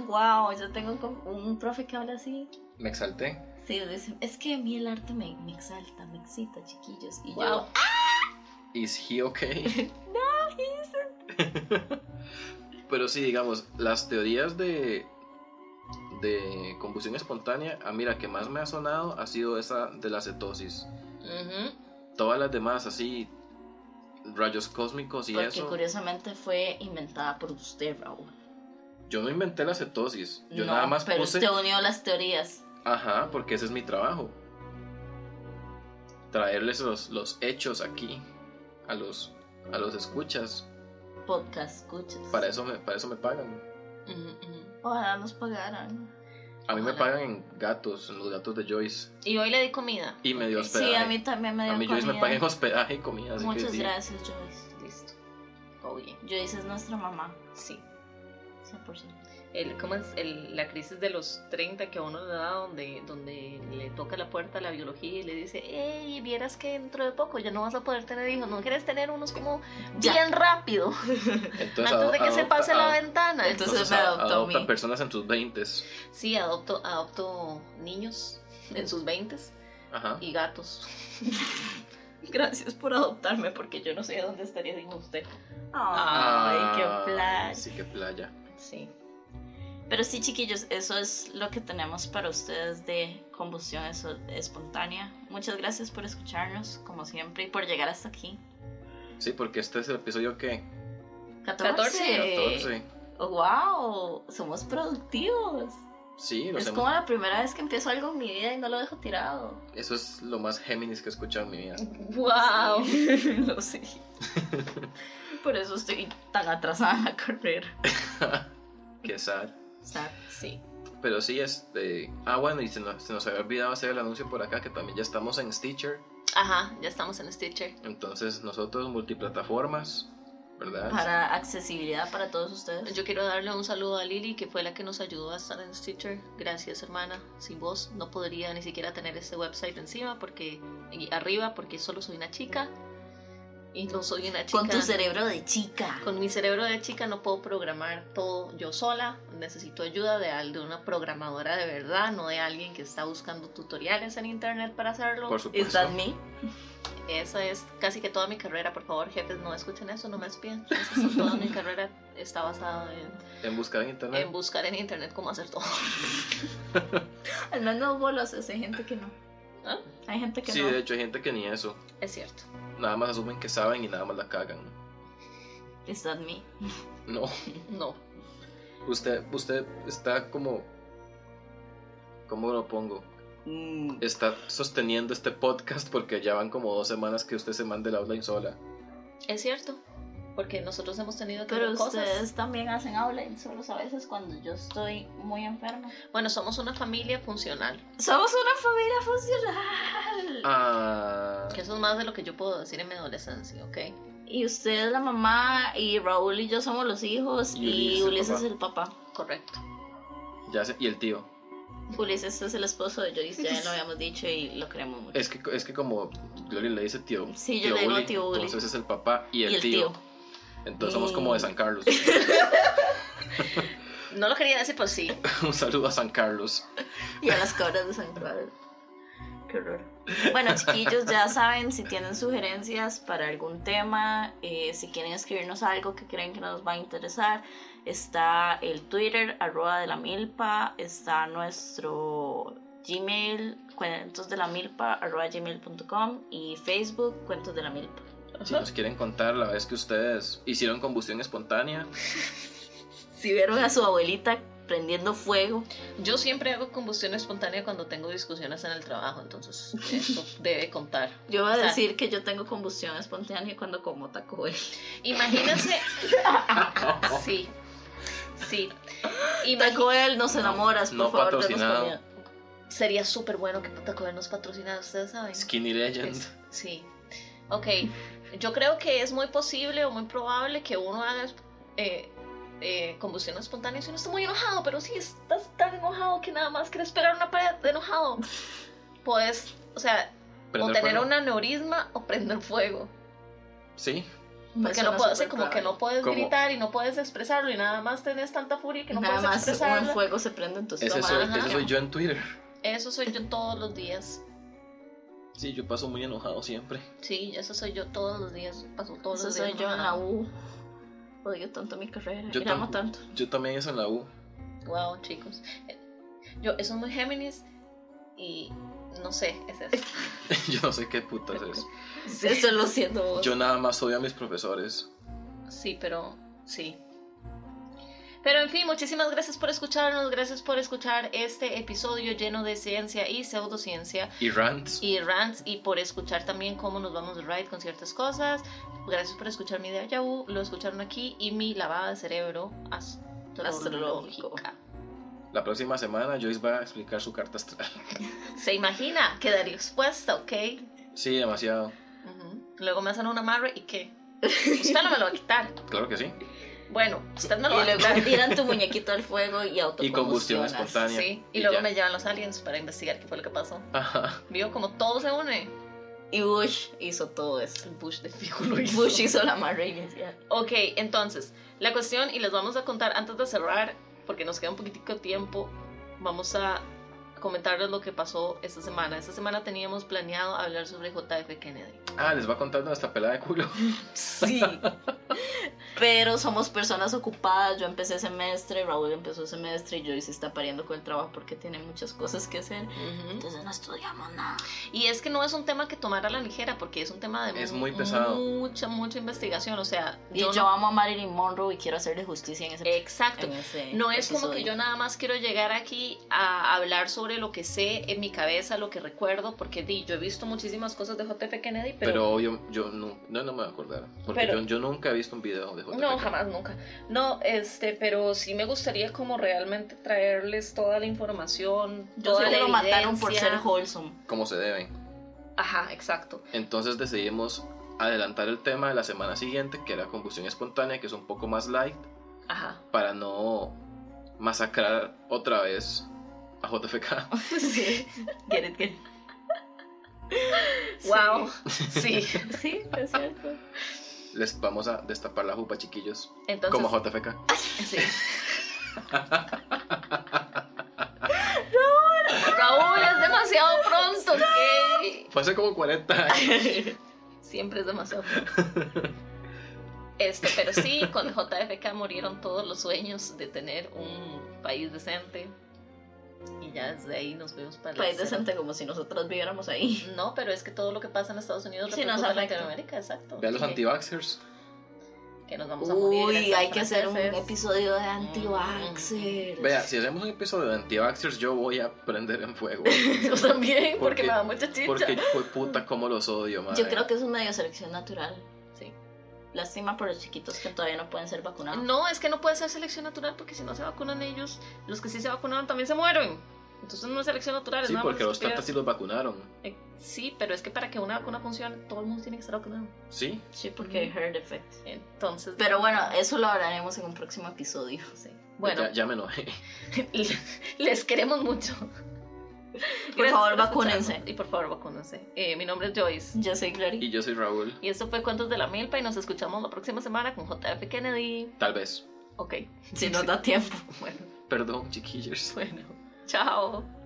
[SPEAKER 2] Wow, yo tengo un, un profe que habla así.
[SPEAKER 1] Me exalté.
[SPEAKER 2] Sí, dice, es que a mí el arte me, me exalta, me excita, chiquillos. Y
[SPEAKER 3] Wow.
[SPEAKER 2] yo,
[SPEAKER 1] ¿Is he okay? [laughs] Pero sí, digamos, las teorías de, de combustión espontánea, a mí la que más me ha sonado ha sido esa de la cetosis.
[SPEAKER 3] Ujú.
[SPEAKER 1] Todas las demás, así, rayos cósmicos y
[SPEAKER 2] porque
[SPEAKER 1] eso.
[SPEAKER 2] curiosamente fue inventada por usted, Raúl.
[SPEAKER 1] Yo no inventé la cetosis. Yo
[SPEAKER 2] No,
[SPEAKER 1] nada más
[SPEAKER 2] pero
[SPEAKER 1] puse.
[SPEAKER 2] usted unió las teorías.
[SPEAKER 1] Ajá, porque ese es mi trabajo. Traerles los, los hechos aquí a los, a los escuchas.
[SPEAKER 2] Podcast, escuchas.
[SPEAKER 1] Para eso me, para eso me pagan.
[SPEAKER 3] Ujú, ujú.
[SPEAKER 2] Ojalá nos pagaran.
[SPEAKER 1] A mí me
[SPEAKER 3] Ojalá.
[SPEAKER 1] pagan en gatos, en los gatos de Joyce.
[SPEAKER 3] Y hoy le di comida.
[SPEAKER 1] Y me dio
[SPEAKER 3] Ok,
[SPEAKER 1] hospedaje.
[SPEAKER 2] Sí, a mí también me dio
[SPEAKER 1] A mí Joyce me
[SPEAKER 2] comida.
[SPEAKER 1] paga en hospedaje y comida. Así
[SPEAKER 2] Muchas
[SPEAKER 1] que sí.
[SPEAKER 2] gracias, Joyce.
[SPEAKER 3] Listo. Todo bien.
[SPEAKER 2] Joyce es nuestra mamá,
[SPEAKER 3] Sí.
[SPEAKER 2] 100%.
[SPEAKER 3] El, ¿Cómo es? El- la crisis de los 30 que a uno le da donde, donde le toca la puerta a la biología y le dice, hey, vieras que dentro de poco ya no vas a poder tener hijos, no quieres tener unos como
[SPEAKER 2] Ya.
[SPEAKER 3] bien rápido.
[SPEAKER 1] Entonces,
[SPEAKER 3] antes de que se
[SPEAKER 1] adopta-
[SPEAKER 3] pase la
[SPEAKER 1] adop-
[SPEAKER 3] ventana.
[SPEAKER 2] Entonces-
[SPEAKER 1] entonces
[SPEAKER 2] me
[SPEAKER 1] a-
[SPEAKER 2] adoptó a
[SPEAKER 1] adopta
[SPEAKER 2] mí.
[SPEAKER 1] personas en sus 20
[SPEAKER 3] sí, adopto, adopto niños en sus 20
[SPEAKER 1] Ajá.
[SPEAKER 3] y gatos. [laughs]
[SPEAKER 2] Gracias por adoptarme porque yo no sé dónde estaría sin usted. Ay,
[SPEAKER 1] Ah,
[SPEAKER 2] qué plan.
[SPEAKER 1] Sí, qué playa.
[SPEAKER 3] Sí.
[SPEAKER 2] Pero sí, chiquillos, eso es lo que tenemos para ustedes de combustión eso- espontánea. Muchas gracias por escucharnos, como siempre, y por llegar hasta aquí.
[SPEAKER 1] Sí, porque este es el episodio que.
[SPEAKER 2] 14.
[SPEAKER 1] 14.
[SPEAKER 2] Eh. ¡Wow! Somos productivos.
[SPEAKER 1] Sí, los
[SPEAKER 2] Es
[SPEAKER 1] hemos-
[SPEAKER 2] como la primera vez que empiezo algo en mi vida y no lo dejo tirado.
[SPEAKER 1] eso es lo más Géminis que he escuchado en mi vida.
[SPEAKER 3] ¡Wow!
[SPEAKER 2] Sí, [laughs] lo sé. Por eso estoy tan atrasada en la carrera.
[SPEAKER 1] [laughs] Qué sad.
[SPEAKER 2] O sea, sí.
[SPEAKER 1] Pero sí, este. Ah, bueno, y se nos, se nos había olvidado hacer el anuncio por acá que también ya estamos en Stitcher.
[SPEAKER 3] Ajá, ya estamos en Stitcher.
[SPEAKER 1] Entonces, nosotros multiplataformas, ¿verdad?
[SPEAKER 2] Para accesibilidad para todos ustedes.
[SPEAKER 3] Yo quiero darle un saludo a Lili, que fue la que nos ayudó a estar en Stitcher. Gracias, hermana. Sin vos no podría ni siquiera tener este website encima porque y arriba porque solo soy una chica y no soy una chica.
[SPEAKER 2] Con tu cerebro de chica.
[SPEAKER 3] Con mi cerebro de chica no puedo programar todo yo sola. Necesito ayuda de, al- de una programadora de verdad, no de alguien que está buscando tutoriales en internet para hacerlo.
[SPEAKER 1] Por supuesto.
[SPEAKER 2] ¿Is that me?
[SPEAKER 3] Esa es casi que toda mi carrera. Por favor, jefes, no escuchen eso, no me espían. Esa es toda mi carrera está basada en,
[SPEAKER 1] En buscar en internet.
[SPEAKER 3] en buscar en internet cómo hacer todo.
[SPEAKER 2] Al menos vos lo haces, hay gente que no.
[SPEAKER 3] ¿Ah?
[SPEAKER 2] Hay gente que
[SPEAKER 1] Sí,
[SPEAKER 2] no.
[SPEAKER 1] de hecho, hay gente que ni eso.
[SPEAKER 3] Es cierto.
[SPEAKER 1] Nada más asumen que saben y nada más la cagan.
[SPEAKER 2] ¿Is that me?
[SPEAKER 1] No. [laughs]
[SPEAKER 3] No.
[SPEAKER 1] Usted, usted está como. ¿Cómo lo pongo? Está sosteniendo este podcast porque ya van como dos semanas que usted se manda el outline sola.
[SPEAKER 3] Es cierto. Porque nosotros hemos tenido que
[SPEAKER 2] Pero
[SPEAKER 3] hacer cosas.
[SPEAKER 2] ustedes también hacen outline solos a veces cuando yo estoy muy enferma.
[SPEAKER 3] Bueno, somos una familia funcional.
[SPEAKER 2] Somos una familia funcional.
[SPEAKER 1] Ah.
[SPEAKER 3] Que eso es más de lo que yo puedo decir en mi adolescencia, ¿ok?
[SPEAKER 2] Y usted es la mamá y Raúl y yo somos los hijos
[SPEAKER 1] Y Ulises
[SPEAKER 2] y, Ulises
[SPEAKER 1] el
[SPEAKER 2] es el papá.
[SPEAKER 3] Correcto.
[SPEAKER 1] Ya sé- y el tío.
[SPEAKER 2] Ulises es el esposo de Joyce, ya lo habíamos dicho y lo queremos mucho.
[SPEAKER 1] Es que, es que como Gloria le dice tío.
[SPEAKER 2] Sí, yo le digo tío Uli.
[SPEAKER 1] Entonces es el papá y el, tío. Entonces somos
[SPEAKER 2] Mm.
[SPEAKER 1] como de San Carlos. [laughs]
[SPEAKER 3] No lo quería decir, pues sí.
[SPEAKER 1] Un saludo a San Carlos.
[SPEAKER 2] Y a las cabras de San Juan. Qué horror. Bueno,
[SPEAKER 1] [laughs]
[SPEAKER 2] chiquillos, ya saben si tienen sugerencias para algún tema, eh, si quieren escribirnos algo que creen que nos va a interesar, está el Twitter, arroba de la milpa, está nuestro Gmail, cuentos de la milpa, arroba gmail.com y Facebook, cuentos de la milpa.
[SPEAKER 1] Si nos quieren contar la vez que ustedes hicieron combustión espontánea,
[SPEAKER 2] Si vieron a su abuelita prendiendo fuego,
[SPEAKER 3] Yo siempre hago combustión espontánea cuando tengo discusiones en el trabajo, entonces eso [laughs] debe contar.
[SPEAKER 2] yo voy a
[SPEAKER 3] O sea-
[SPEAKER 2] decir que yo tengo combustión espontánea cuando como taco Bell. [laughs]
[SPEAKER 3] Imagínense. Sí. Sí. Imagi-
[SPEAKER 2] Taco Bell, nos enamoras, por
[SPEAKER 1] No
[SPEAKER 2] favor, denos
[SPEAKER 1] patrocinado.
[SPEAKER 2] comida.
[SPEAKER 3] Sería súper bueno que Taco Bell nos patrocinara, ustedes saben.
[SPEAKER 1] Skinny Legend.
[SPEAKER 3] Es- Sí. Ok. Yo creo que es muy posible o muy probable que uno haga eh, eh, combustión espontánea si uno está muy enojado, pero si estás tan enojado que nada más quieres pegar una pared de enojado, pues, o sea, o
[SPEAKER 1] Prender
[SPEAKER 3] tener
[SPEAKER 1] fuego.
[SPEAKER 3] un aneurisma o prender fuego.
[SPEAKER 1] Sí,
[SPEAKER 2] Me
[SPEAKER 3] Porque
[SPEAKER 2] suena
[SPEAKER 3] no puedes,
[SPEAKER 2] súper
[SPEAKER 3] como que
[SPEAKER 2] probable.
[SPEAKER 3] no puedes
[SPEAKER 1] Como-
[SPEAKER 3] gritar y no puedes expresarlo y nada más tenés tanta furia que no
[SPEAKER 2] Nada
[SPEAKER 3] puedes
[SPEAKER 2] más un
[SPEAKER 3] expresarlo.
[SPEAKER 2] fuego se prende en tu
[SPEAKER 1] ese
[SPEAKER 2] estómago.
[SPEAKER 1] soy,
[SPEAKER 3] ajá.
[SPEAKER 1] ese soy yo en Twitter.
[SPEAKER 3] Eso soy yo todos los días.
[SPEAKER 1] Sí, yo paso muy enojado siempre.
[SPEAKER 3] Sí, eso soy yo todos los días. Paso todos
[SPEAKER 2] Eso
[SPEAKER 3] los
[SPEAKER 2] soy
[SPEAKER 3] días.
[SPEAKER 2] yo en la
[SPEAKER 3] enojada.
[SPEAKER 2] U. Odio tanto mi carrera.
[SPEAKER 1] Yo
[SPEAKER 2] Yo amo
[SPEAKER 1] tampoco.
[SPEAKER 2] tanto.
[SPEAKER 1] Yo también eso en la U. [laughs]
[SPEAKER 3] Wow, chicos. Eh, Yo, eso es muy Géminis y no sé, es eso.
[SPEAKER 1] yo no sé qué putas es.
[SPEAKER 2] Eso lo siento vos.
[SPEAKER 1] Yo nada más odio a mis profesores.
[SPEAKER 3] Sí, pero sí. Pero en fin, muchísimas gracias por escucharnos, gracias por escuchar este episodio lleno de ciencia y pseudociencia
[SPEAKER 1] Y rants.
[SPEAKER 3] y rants y por escuchar también cómo nos vamos de ride con ciertas cosas. Gracias por escuchar mi de vu, lo escucharon aquí y mi lavada de cerebro astrológica.
[SPEAKER 2] Astrológico.
[SPEAKER 1] La próxima semana Joyce va a explicar su carta astral.
[SPEAKER 3] Se imagina, quedaría expuesta, ¿ok?
[SPEAKER 1] Sí, demasiado.
[SPEAKER 3] Ujú. Luego me hacen un amarre y qué. Usted no me lo va a quitar.
[SPEAKER 1] Claro que sí.
[SPEAKER 3] Bueno, usted me
[SPEAKER 2] Y
[SPEAKER 3] lo va a
[SPEAKER 2] luego
[SPEAKER 3] quitar.
[SPEAKER 2] tiran tu muñequito al fuego y
[SPEAKER 1] Y combustión
[SPEAKER 2] autocombustionas.
[SPEAKER 1] espontánea.
[SPEAKER 3] Sí, y, luego
[SPEAKER 1] ya.
[SPEAKER 3] me llevan los aliens para investigar qué fue lo que pasó.
[SPEAKER 1] Ajá.
[SPEAKER 3] Vio como todo se une.
[SPEAKER 2] Y Bush hizo todo eso.
[SPEAKER 3] El Bush de
[SPEAKER 2] Bush hizo la amarre inicial.
[SPEAKER 3] Ok, entonces, la cuestión, y les vamos a contar antes de cerrar, porque nos queda un poquitico de tiempo, vamos a comentarles lo que pasó esta semana. Esta semana teníamos planeado hablar sobre JF Kennedy.
[SPEAKER 1] Ah, les va contando hasta pelada de culo.
[SPEAKER 2] Sí. Pero somos personas ocupadas. Yo empecé semestre, Raúl empezó semestre y Joyce está pariendo con el trabajo porque tiene muchas cosas que hacer. Entonces no estudiamos nada.
[SPEAKER 3] Y es que no es un tema que tomar a la ligera porque es un tema de
[SPEAKER 1] Es muy pesado.
[SPEAKER 3] mucha, mucha investigación. O sea,
[SPEAKER 2] Y yo, Eh,
[SPEAKER 3] no-
[SPEAKER 2] amo a Marilyn Monroe y quiero hacerle justicia en ese.
[SPEAKER 3] Exacto.
[SPEAKER 2] en ese
[SPEAKER 3] No es como que
[SPEAKER 2] episodio.
[SPEAKER 3] yo nada más quiero llegar aquí a hablar sobre lo que sé en mi cabeza, lo que recuerdo, porque di, yo he visto muchísimas cosas de JF Kennedy,
[SPEAKER 1] Pero,
[SPEAKER 3] [laughs] pero,
[SPEAKER 1] obvio, yo no, no, no me voy a acordar. Porque
[SPEAKER 3] Pero-
[SPEAKER 1] yo, yo nunca he visto un video de JP.
[SPEAKER 3] no, pues, jamás, nunca. No, este, pero sí me gustaría como realmente traerles toda la información.
[SPEAKER 2] Yo
[SPEAKER 3] toda
[SPEAKER 2] sé
[SPEAKER 3] la
[SPEAKER 2] que lo mataron por
[SPEAKER 3] evidencia.
[SPEAKER 2] ser wholesome.
[SPEAKER 1] Como se deben.
[SPEAKER 3] Ajá, exacto.
[SPEAKER 1] Entonces decidimos adelantar el tema de la semana siguiente, que era combustión espontánea, que es un poco más light,
[SPEAKER 3] Ajá.
[SPEAKER 1] para no masacrar otra vez a
[SPEAKER 3] [laughs]
[SPEAKER 1] JFK.
[SPEAKER 2] [laughs] Sí. Get it, get it. [laughs]
[SPEAKER 3] Wow. Sí.
[SPEAKER 2] Sí, es [laughs] cierto.
[SPEAKER 1] Les vamos a destapar la jupa, chiquillos.
[SPEAKER 3] Entonces,
[SPEAKER 1] como a JFK.
[SPEAKER 3] sí. Raúl, Raúl,
[SPEAKER 2] [laughs]
[SPEAKER 3] es demasiado pronto, ¿ok?
[SPEAKER 1] Fue hace como 40 años.
[SPEAKER 3] Siempre es demasiado. poco. Este, pero sí, con JFK murieron todos los sueños de tener un país decente. Y ya desde ahí nos vimos para la
[SPEAKER 2] País
[SPEAKER 3] cero.
[SPEAKER 2] Pues, decente como si nosotros viviéramos ahí.
[SPEAKER 3] No, pero es que todo lo que pasa en Estados Unidos
[SPEAKER 2] Sí, nos
[SPEAKER 3] repercute en
[SPEAKER 2] afecta.
[SPEAKER 3] Latinoamérica, exacto.
[SPEAKER 1] Vean los
[SPEAKER 3] Que-
[SPEAKER 1] anti-vaxxers.
[SPEAKER 3] Que nos vamos a morir.
[SPEAKER 2] Uy,
[SPEAKER 3] gracias
[SPEAKER 2] hay
[SPEAKER 3] a
[SPEAKER 2] que hacer un
[SPEAKER 3] franceses.
[SPEAKER 2] episodio de anti-vaxxers.
[SPEAKER 1] Vea, si hacemos un episodio de anti-vaxxers, yo voy a prender en fuego.
[SPEAKER 3] [laughs] Yo también, porque
[SPEAKER 1] Porque-
[SPEAKER 3] me da mucha chicha.
[SPEAKER 1] Porque, pues, puta, cómo los odio, madre.
[SPEAKER 2] Yo creo que es un medio selección natural.
[SPEAKER 3] Sí.
[SPEAKER 2] Lástima por los chiquitos que todavía no pueden ser vacunados.
[SPEAKER 3] No, es que no puede ser selección natural porque si no se vacunan ellos, los que sí se vacunaron también se mueren. Entonces no es selección natural, es
[SPEAKER 1] Sí,
[SPEAKER 3] nada más
[SPEAKER 1] porque los
[SPEAKER 3] estupidez.
[SPEAKER 1] tatas sí los vacunaron.
[SPEAKER 3] Eh, Sí, pero es que para que una vacuna funcione, todo el mundo tiene que estar vacunado.
[SPEAKER 1] Sí,
[SPEAKER 2] Sí, porque
[SPEAKER 3] Ujú.
[SPEAKER 2] herd effect.
[SPEAKER 3] Entonces.
[SPEAKER 2] Pero bueno, eso lo hablaremos en un próximo episodio.
[SPEAKER 3] sí. Bueno,
[SPEAKER 1] ya, ya me enojé. [laughs]
[SPEAKER 3] [laughs] les queremos mucho.
[SPEAKER 2] Por
[SPEAKER 3] Gracias
[SPEAKER 2] favor,
[SPEAKER 3] escucharnos.
[SPEAKER 2] vacúnense.
[SPEAKER 3] Y por favor, vacúnense. Eh, mi nombre es Joyce.
[SPEAKER 2] Yo soy Glory.
[SPEAKER 1] Y yo soy Raúl,
[SPEAKER 3] Y esto fue Cuentos de la Milpa y nos escuchamos la próxima semana con JF Kennedy.
[SPEAKER 1] tal vez.
[SPEAKER 3] Ok. [laughs]
[SPEAKER 2] Si nos da tiempo.
[SPEAKER 3] Bueno,
[SPEAKER 1] Perdón, chiquillos.
[SPEAKER 3] bueno. Chao.